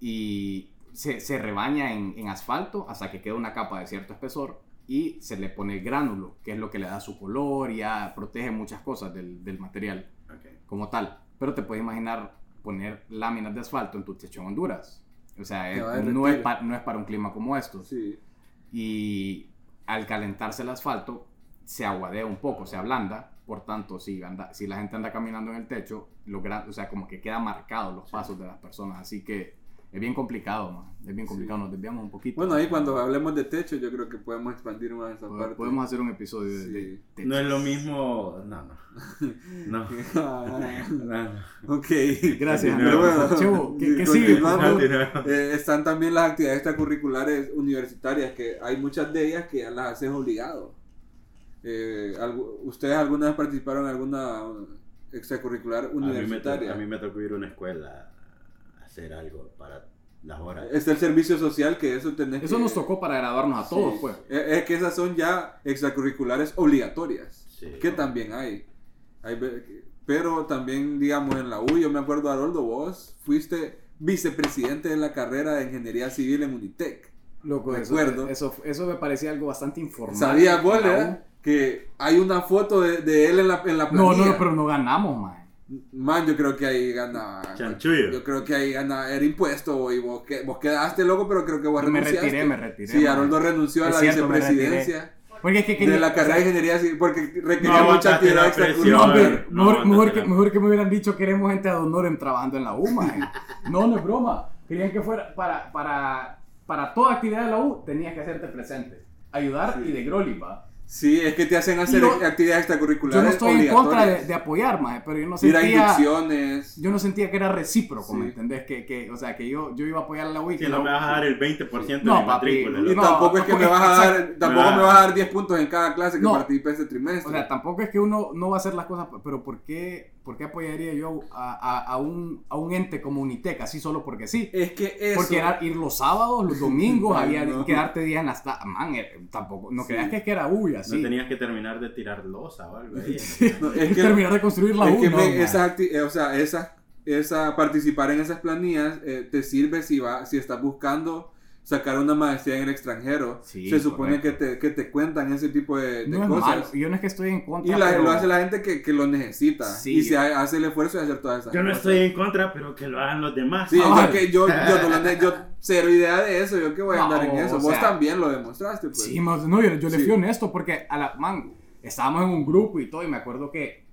F: y se, se rebaña en, en asfalto hasta que queda una capa de cierto espesor y se le pone gránulo, que es lo que le da su color y ya protege muchas cosas del, del material
C: Ok.
F: como tal. Pero te puedes imaginar poner láminas de asfalto en tu techo en Honduras. O sea,
D: Te
F: es-
D: va a derretir.
F: no, es pa- no es para un clima como estos.
D: Sí.
F: y al calentarse el asfalto se aguadea un poco, se ablanda, por tanto, si, anda, si la gente anda caminando en el techo, lo gra- o sea, como que queda marcado los pasos de las personas, así que es bien complicado, man. es bien complicado, nos desviamos un poquito.
D: Bueno, ahí cuando hablemos de techo, yo creo que podemos expandir más esa
F: Pod-
D: parte.
F: podemos hacer un episodio de- de,
D: Sí.
F: techo.
C: No es lo mismo. No, no. No.
D: Ah,
C: no, no.
D: ok.
F: Gracias,
C: Pero
F: Andrés.
D: bueno,
F: Chivo, ¿qué, qué
D: continuamos.
F: sigue? por
D: Ah,
F: favor?
D: mira. Eh, están también las actividades extracurriculares universitarias, que hay muchas de ellas que ya las haces obligado. Eh, algu- ¿Ustedes alguna vez participaron en alguna extracurricular
C: A mí, me to-
D: universitaria?
C: a mí me tocó ir a una escuela a hacer algo para las horas.
D: Está el servicio social, que eso tenés
F: Eso
D: que-
F: nos tocó para graduarnos a
D: Sí.
F: todos, pues.
D: Eh, Es que esas son ya extracurriculares obligatorias,
C: Sí.
D: que también hay. Hay ve- Pero también, digamos, en la U, yo me acuerdo, Haroldo, vos fuiste vicepresidente de la carrera de Ingeniería Civil en Unitec.
F: Loco,
D: de
F: eso,
D: acuerdo.
F: eso, eso me parecía algo bastante informal.
D: ¿Sabías vos,
F: Para
D: Lea, que hay una foto de, de él en la, en la
F: un- No,
D: planilla?
F: no, no, pero no ganamos, man.
D: Man, yo creo que ahí gana...
C: Chanchullo.
D: Yo creo que ahí gana el impuesto y vos, que- vos quedaste loco, pero creo que vos
F: Me
D: renunciaste.
F: retiré, me retiré,
D: Sí,
F: man.
D: Haroldo renunció a
F: Es
D: la
F: cierto, me retiré.
D: vicepresidencia.
F: Porque es que
D: de
F: quería-
D: la
F: o
D: carrera
F: sea,
D: de ingeniería civil porque
C: No
D: requería mucha
C: aguantaste
D: actividad
C: la
F: No,
C: presión.
D: extracurricular.
F: hombre,
C: No,
F: mejor,
C: no,
F: mejor
C: no.
F: que, mejor que me hubieran dicho queremos gente ad honorem trabajando en la U, maje. No, no es broma. Querían que fuera para, para, para toda actividad de la U, tenías que hacerte presente. Ayudar y de grolipa.
D: Sí, es que te hacen hacer
F: Yo-
D: actividades
F: Yo
D: extracurriculares.
F: no estoy en contra de,
D: obligatorias.
F: de apoyar, maje, pero yo no
D: Ir a
F: sentía...
D: inducciones.
F: Yo no sentía que era recíproco, ¿me
D: Sí.
F: entendés? Que, que, o sea, que yo, yo iba a apoyar a la U y
C: Si
F: que
C: no
F: la
C: me
F: U-
C: vas a dar el 20% de
F: No,
C: mi
F: papi,
C: matrícula.
F: no.
D: Y
C: loco.
D: tampoco es que me vas a dar, tampoco
C: Ah.
D: me vas a dar 10 puntos en cada clase que
F: No.
D: participes este trimestre.
F: O sea, tampoco es que uno no va a hacer las cosas, pero ¿por qué, por qué apoyaría yo a, a- a un, a un ente como Unitec así solo porque sí?
D: es que eso.
F: Porque era ir los sábados, los domingos,
D: Ay,
F: había
D: no.
F: quedarte días en las ta- Man, eh, tampoco. No
D: Sí.
F: creas que es que era uy,
C: No
F: así.
C: tenías que terminar de tirar losa o algo. ahí.
D: No, es
F: Y
D: que,
F: terminar de construir la
D: es
F: U,
D: que
F: no,
D: me-
F: man.
D: esas acti- eh, o sea, esas- esa, participar en esas planillas eh, te sirve si, va, si estás buscando sacar una maestría en el extranjero.
F: Sí,
D: Se supone que
F: correcto.
D: te, que te cuentan ese tipo de, de
F: No es
D: cosas.
F: malo. Yo no es que estoy en
D: Y
F: contra.
D: la-
F: pero-
D: lo hace la gente que, que lo necesita.
F: Sí.
D: y se ha- hace el esfuerzo de hacer todas esas
C: Yo no
D: cosas.
C: estoy en contra, pero que lo hagan los demás.
D: Sí,
F: Ah,
D: yo, que, yo, yo, no lo ne- yo cero idea de eso. Yo que voy a andar en
F: No,
D: eso.
F: o
D: Vos
F: sea-
D: también lo demostraste. Pues.
F: Sí, más- no, yo, yo le
D: Sí.
F: fui honesto porque a la man, estábamos en un grupo y todo, y me acuerdo que,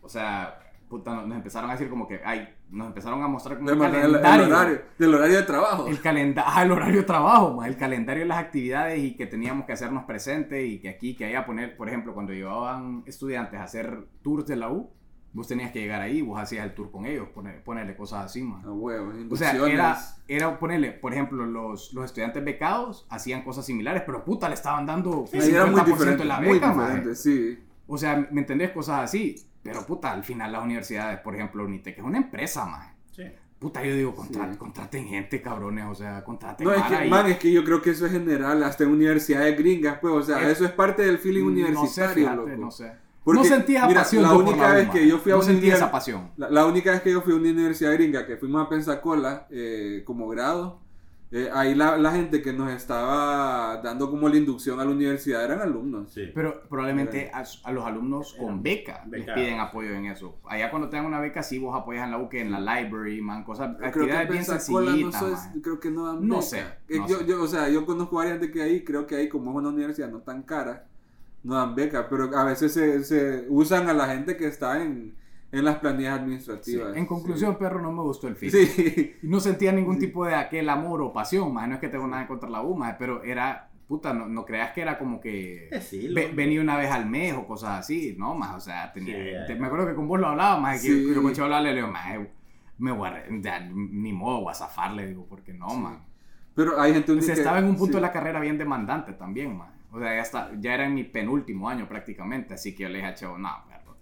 F: o sea, puta, nos, nos empezaron a decir como que, ay, nos empezaron a mostrar como
D: De
F: un
D: manera- el, el
F: calendario.
D: horario, del horario de trabajo.
F: El calendario, el horario de trabajo, ma, el calendario de las actividades y que teníamos que hacernos presentes y que aquí, que allá poner, por ejemplo, cuando llevaban estudiantes a hacer tours de la U, vos tenías que llegar ahí, vos hacías el tour con ellos, poner- ponerle cosas así, ma.
D: A Ah, huevo,
F: O sea,
D: inducciones.
F: era, era ponerle, por ejemplo, los, los estudiantes becados hacían cosas similares, pero puta, le estaban dando
D: Ahí era muy
F: 50%
D: diferente.
F: de la
D: muy
F: beca, ma.
D: diferente, sí.
F: O sea, ¿me entendés? Cosas así. Pero puta, al final las universidades, por ejemplo, Unitec es una empresa, más.
C: Sí.
F: Puta, yo digo, contra-
D: Sí.
F: contraten gente, cabrones, o sea, contraten
D: No, es
F: mara
D: que,
F: y-
D: man, es que yo creo que eso es general, hasta en universidades gringas, pues, o sea,
F: Eh,
D: eso es parte del feeling
F: No sé,
D: universitario,
F: fíjate,
D: loco.
F: no sé.
D: Porque,
F: no sentía esa
D: mira,
F: pasión.
D: La
F: yo por
D: única vez
F: U,
D: que
F: man.
D: yo fui a
F: No
D: un
F: sentía
D: univer-
F: esa pasión.
D: La, la única vez que yo fui a una universidad gringa, que fuimos a Pensacola eh, como grado, eh, ahí la, la gente que nos estaba dando como la inducción a la universidad eran alumnos.
C: Sí.
F: Pero probablemente a, a los alumnos con beca, les
C: Beca.
F: piden apoyo en eso. Allá cuando te dan una beca, sí vos apoyas en la U, que en la library, man, cosas,
D: Creo que
F: actividades bien
D: Pensacola no,
F: sencillitas,
D: soy-
F: man.
D: creo que no dan
F: No
D: beca.
F: sé,
D: Eh,
F: no
D: yo,
F: sé.
D: yo, o sea, yo conozco varias de que ahí, creo que ahí como es una universidad no tan cara, no dan beca, pero a veces se, se usan a la gente que está en, en las planillas
F: Sí.
D: administrativas.
F: En conclusión, perro, no me gustó el film.
D: sí. sí.
F: Y no sentía ningún tipo de aquel amor o pasión, más no es que tengo nada contra la U, más pero era, puta, no, no creas que era como que
C: Eh, sí,
F: ve-
C: loco.
F: venía una vez al mes o cosas así, no, más, o sea, tenía,
C: Sí, ya,
F: te-
C: ya.
F: me acuerdo que con vos lo hablaba, más que
D: Sí.
F: yo con Chavo hablaba, le digo, más, me voy a, re- ya, ni modo, voy a zafarle, digo, porque no, más.
D: Pero hay gente
F: Pues
D: que-
F: estaba en un punto
D: sí.
F: de la carrera bien demandante también, man. O sea, ya, está, ya era en mi penúltimo año prácticamente, así que yo le dije a Chavo, no, perro.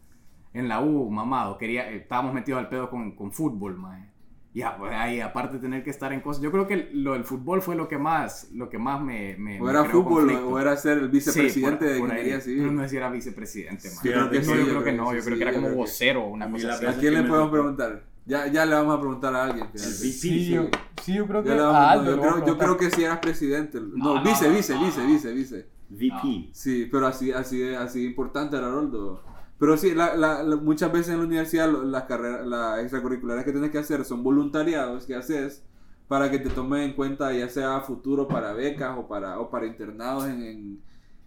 F: En la U, mamado, quería, eh, estábamos metidos al pedo con, con fútbol, man. Y a- pues, ahí, aparte de tener que estar en cosas, yo creo que lo del fútbol fue lo que más, lo que más me... me
D: O
F: me
D: era
F: creó
D: fútbol
F: conflicto.
D: o era ser el
F: Sí, por-
D: vicepresidente de
F: por ahí.
D: ingeniería
F: Pero
D: civil.
F: no sé si era vicepresidente, man.
C: Sí,
F: No,
C: creo que sí,
F: yo
C: yo
F: creo que
D: creo
F: no,
D: que
F: yo
D: sí,
F: creo que
D: yo
F: era como
D: creo que-
F: vocero o una
C: A mí
F: cosa
C: la
F: así.
D: ¿A
C: verdad-
D: quién le
C: me
D: podemos
C: tocó.
D: preguntar? Ya, ya le vamos a preguntar a alguien. fíjate.
C: El VP.
G: Sí, yo, sí, yo creo que.
D: Ya le vamos a
G: ah,
D: preguntar.
G: te
D: yo,
G: lo
D: creo,
G: voy a
D: yo creo
G: preguntar.
D: que sí eras presidente. No,
F: No, no,
D: vice,
F: no,
D: vice,
F: no,
D: vice,
F: no.
D: vice, vice.
C: VP.
D: Sí, pero así, así, así importante era Roldo. Pero sí, la- la- la- muchas veces en la universidad lo- las carreras, las extracurriculares que tienes que hacer son voluntariados que haces para que te tomen en cuenta ya sea a futuro para becas o para, o para internados en, en-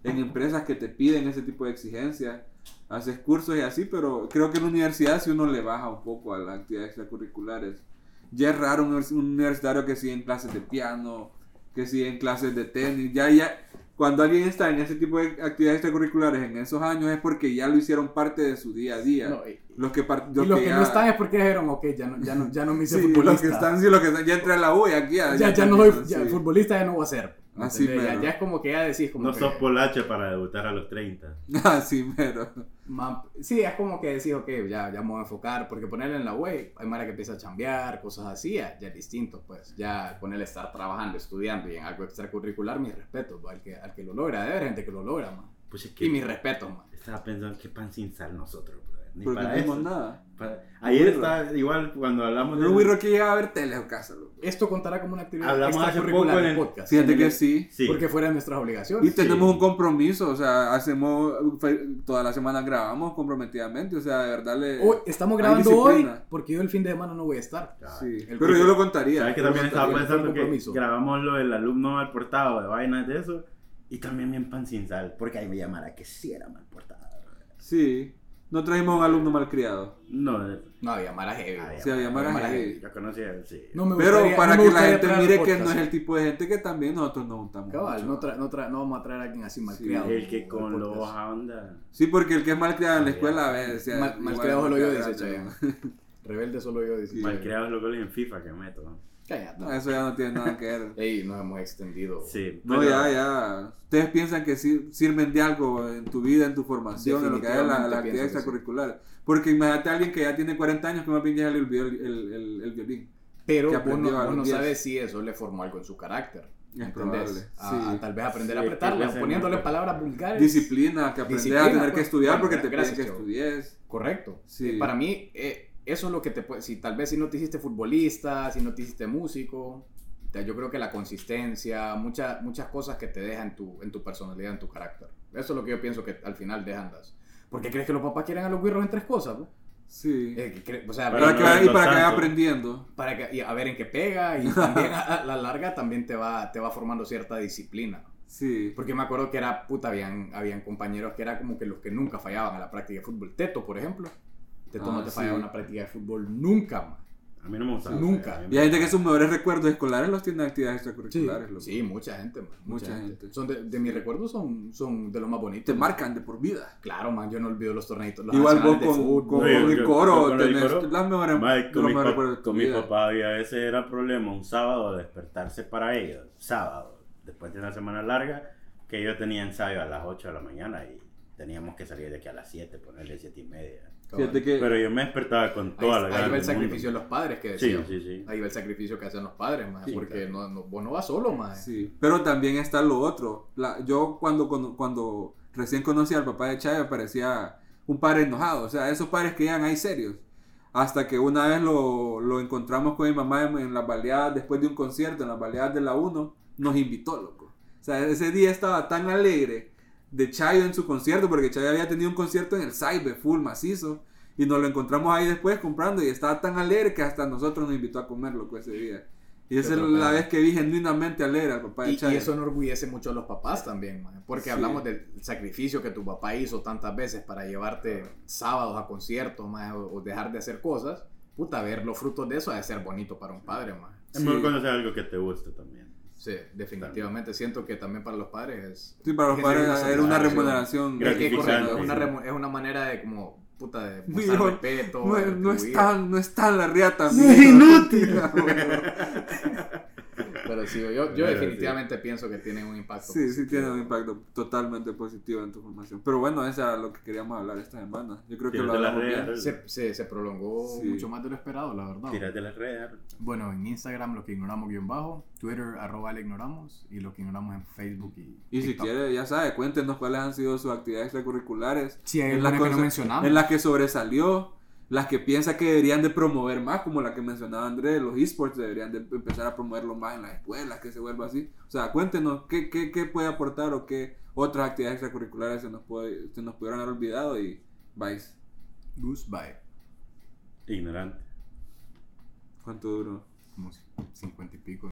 D: en empresas que te piden ese tipo de exigencias. Haces cursos y así, pero creo que en la universidad si uno le baja un poco a las actividades extracurriculares. Ya es raro un, univers- un universitario que sigue en clases de piano, que sigue en clases de tenis. Ya, ya, cuando alguien está en ese tipo de actividades extracurriculares en esos años es porque ya lo hicieron parte de su día a día.
F: No, y,
D: Los que, par-
F: y
D: los
F: los que
D: ya-
F: no están es porque dijeron, ok, ya no, ya no, ya no me hice
D: Sí,
F: futbolista.
D: los que están, sí, los que están, ya entré a la U y aquí ya. Ah,
F: ya, ya no soy
D: soy
F: ya, futbolista, ya no voy a ser.
D: Así
F: ¿Entendés? ya,
D: mero.
F: ya es como que ya decís, como
C: No
F: que,
C: sos polache para debutar a los 30.
D: Así mero.
F: ma- sí, es como que decís, ok, ya, ya me voy a enfocar, porque ponerle en la web, hay mara que empieza a chambear, cosas así, ya, ya es distinto, pues, ya ponerle estar trabajando, estudiando y en algo extracurricular, mis respetos, va, al que, al que lo logra, debe haber gente que lo logra, ma.
C: Pues es que
F: y mis respetos, ma.
C: estaba pensando que pan sin sal nosotros, brother. Ni
F: Pues
D: Porque no
C: para eso.
D: vimos nada.
C: Para- Ayer
D: Wirro.
C: estaba igual cuando hablamos
D: Pero Wirro que llegaba a ver tele o casa, loco.
F: Esto contará como una actividad
C: Hablamos hace
F: extracurricular
C: poco en
F: del
C: el-
F: podcast,
D: Fíjate
C: en
D: que
C: el-
D: sí.
C: Sí.
F: porque fuera de nuestras obligaciones.
D: Y tenemos un compromiso, o sea, hacemos. fe- Toda la semana grabamos comprometidamente, o sea, de verdad le.
F: Hoy- estamos
D: hay
F: grabando hoy
D: disciplina.
F: porque yo el fin de semana no voy a estar.
C: Ya.
D: Sí.
F: el-
D: Pero yo lo contaría.
C: Sabes que
D: yo lo
C: también estaba
D: contaría.
C: pensando
F: fue un
C: que
F: compromiso.
C: grabamos lo del alumno mal portado, de vainas de eso, y también bien pan sin sal, porque ahí me llamara que sí era mal portado. brother.
D: Sí. No trajimos a un alumno malcriado.
C: No, eh,
F: No, había mara heavy.
C: Había
F: ma.
D: Sí, había mara
F: Mara
D: heavy.
C: yo conocía, sí.
F: No me
D: Pero
F: gustaría-
D: para
F: no me
D: que la
F: gustaría
D: gente
F: traer al
D: mire que
F: podcast.
D: no es el tipo de gente que también nosotros nos juntamos.
F: Cabal,
D: mucho.
F: no, tra- no, tra- no vamos a traer a alguien así malcriado.
C: el que con
F: Porque
C: lo baja onda.
D: Sí, porque el que es malcriado
C: Ah,
D: en la escuela, a veces.
F: es- Mal, malcriado solo yo, dice Chayanne. Rebelde solo yo, dice
D: Sí.
F: Chayanne. Ah.
C: Malcriados los goles en FIFA que meto. ¿no?
F: Cállate.
D: No, eso ya no tiene nada que ver.
F: Ey, nos hemos extendido.
C: Sí.
D: No,
C: pero-
D: ya, ya. Ustedes piensan que sir- sirven de algo en tu vida, en tu formación, en lo que es la, la
F: Definitivamente
D: actividad
F: pienso que sí.
D: extracurricular. Porque imagínate a alguien que ya tiene 40 años que más bien ya le olvidó el, el, el- el violín.
F: Pero
D: que
F: vos
D: aprendió
F: no,
D: a
F: vos
D: los
F: no
D: 10.
F: sabes si eso le formó algo en su carácter.
D: Es
F: ¿Entendés?
D: probable,
F: A-
D: sí.
F: a tal vez aprender a
C: Sí,
F: apretarla,
C: tal vez
F: poniéndole
C: en-
F: palabras vulgares.
D: Disciplina, que aprendes a
F: Disciplina,
D: tener que
F: pues.
D: estudiar
F: Bueno,
D: porque te
F: gracias,
D: piden que
F: chavo.
D: estudies.
F: Correcto.
D: Sí.
F: Eh, para mí, eh, eso es lo que te puede. Si tal vez si no te hiciste futbolista, si no te hiciste músico, te- yo creo que la consistencia, muchas muchas cosas que te dejan en tu, en tu personalidad, en tu carácter. Eso es lo que yo pienso que al final dejan las. ¿Por qué crees que los papás quieren a los güirros en tres cosas? po?
D: Sí.
F: Eh, que cre- o sea,
C: Para
D: para
C: no
D: que, vaya- y
C: verlo
D: para que vaya
C: tanto.
D: aprendiendo.
F: para que, y a ver en qué pega y también a, a la larga también te va, te va formando cierta disciplina.
D: Sí.
F: Porque me acuerdo que era, puta, habían, habían compañeros que era como que los que nunca fallaban a la práctica de fútbol. Teto, por ejemplo. Teto
D: Ah,
F: no te
D: sí.
F: fallaba a una práctica de fútbol nunca, ma.
C: A mí no me gustaba.
F: Nunca.
C: eh, a mí
D: Y
C: me-
D: hay gente que sus mejores recuerdos escolares los tiene en actividades extracurriculares. loco.
F: Sí, mucha gente, ma, Mucha,
D: Mucha
F: gente.
D: gente.
F: Son de, de mis recuerdos son, son de los más bonitos.
D: Te
F: ma.
D: marcan de por vida.
F: Claro, man, yo no olvido los torneitos. Los
D: Igual vos
F: nacionales de
D: con, con
F: fútbol.
C: No, yo-
D: el
C: yo-
D: coro
C: con lo del
D: tenés
C: coro,
D: las mejores
C: Mae,
D: los
C: con, mi
D: mejores
C: papá,
D: recuerdos de tu
C: con mi
D: vida.
C: papá había a veces era problema un sábado despertarse para ellos, sábado, después de una semana larga, que yo tenía ensayo a las 8 de la mañana y teníamos que salir de aquí a las 7, ponerle 7 y media.
F: Cabal.
D: Fíjate que
C: Pero yo me despertaba con
F: Ahí,
C: toda la
F: ahí va
C: gana
F: el
C: del mundo.
F: sacrificio de los padres que
C: Sí,
F: decían.
C: sí, sí.
F: Ahí va el sacrificio que hacen los padres, ma,
C: Sí,
F: porque
C: claro.
F: no, no- vos no vas solo, ma.
D: Sí, pero también está lo otro. La- yo cuando, cuando, cuando recién conocí al papá de Chávez parecía un padre enojado. O sea, esos padres que llegan ahí serios. Hasta que una vez lo, lo encontramos con mi mamá en, en las baleadas, después de un concierto, en las baleadas de la 1, nos invitó, loco. O sea, ese día estaba tan alegre de Chayo en su concierto, porque Chayo había tenido un concierto en el Saibe, full macizo, y nos lo encontramos ahí después comprando, y estaba tan alegre que hasta nosotros nos invitó a comer, loco, ese día. Y esa es
F: Pero,
D: la
F: pero-
D: vez que vi genuinamente alegre al papá de
F: Y,
D: Chayo.
F: y eso enorgullece mucho a los papás también, man, porque
D: Sí.
F: hablamos del sacrificio que tu papá hizo tantas veces para llevarte sábados a conciertos man, o, o dejar de hacer cosas. Puta, ver los frutos de eso ha de ser bonito para un padre, man.
C: Es mejor
D: Sí.
C: conocer algo que te guste también.
F: Sí, definitivamente. Siento que también para los padres es...
D: Sí, para los
F: es
D: padres
F: una
D: era una
F: satisfacción.
D: remuneración.
F: Es que, correcto, es
C: Gratificante.
F: una, remu- es una manera de como, puta, de
D: Mi
F: mostrar
D: hijo,
F: respeto.
D: No,
F: de
D: no es
F: retribuir.
D: tan, no es tan la riata.
C: Sí,
D: amigo.
C: inútil.
F: Pero sí, yo, yo
C: Pero sí.
F: definitivamente pienso que tiene un impacto.
D: Sí, sí
F: positivo.
D: tiene un impacto totalmente positivo en tu formación. Pero bueno, eso era lo que queríamos hablar esta semana. Yo creo que
C: Tiras
D: lo
C: de las
D: hablamos bien.
C: redes,
F: Se, se, se prolongó
D: Sí.
F: mucho más de lo esperado, la verdad.
C: tiras de las redes.
F: Bueno, en Instagram lo que ignoramos guión bajo, Twitter arroba le ignoramos y lo que ignoramos en Facebook y
D: Y si
F: TikTok.
D: quiere, ya sabe, cuéntenos cuáles han sido sus actividades extracurriculares.
F: Si hay
D: en las
F: alguna que no
D: cosa-
F: mencionamos.
D: en las que sobresalió, las que piensa que deberían de promover más, como la que mencionaba Andrés, los esports deberían de empezar a promoverlo más en las escuelas, que se vuelva así. O sea, cuéntenos qué, qué, qué puede aportar o qué otras actividades extracurriculares se nos, puede, se nos pudieron haber olvidado y vais.
F: Goose bye.
C: Ignorante.
D: ¿Cuánto duró?
F: como 50 y pico.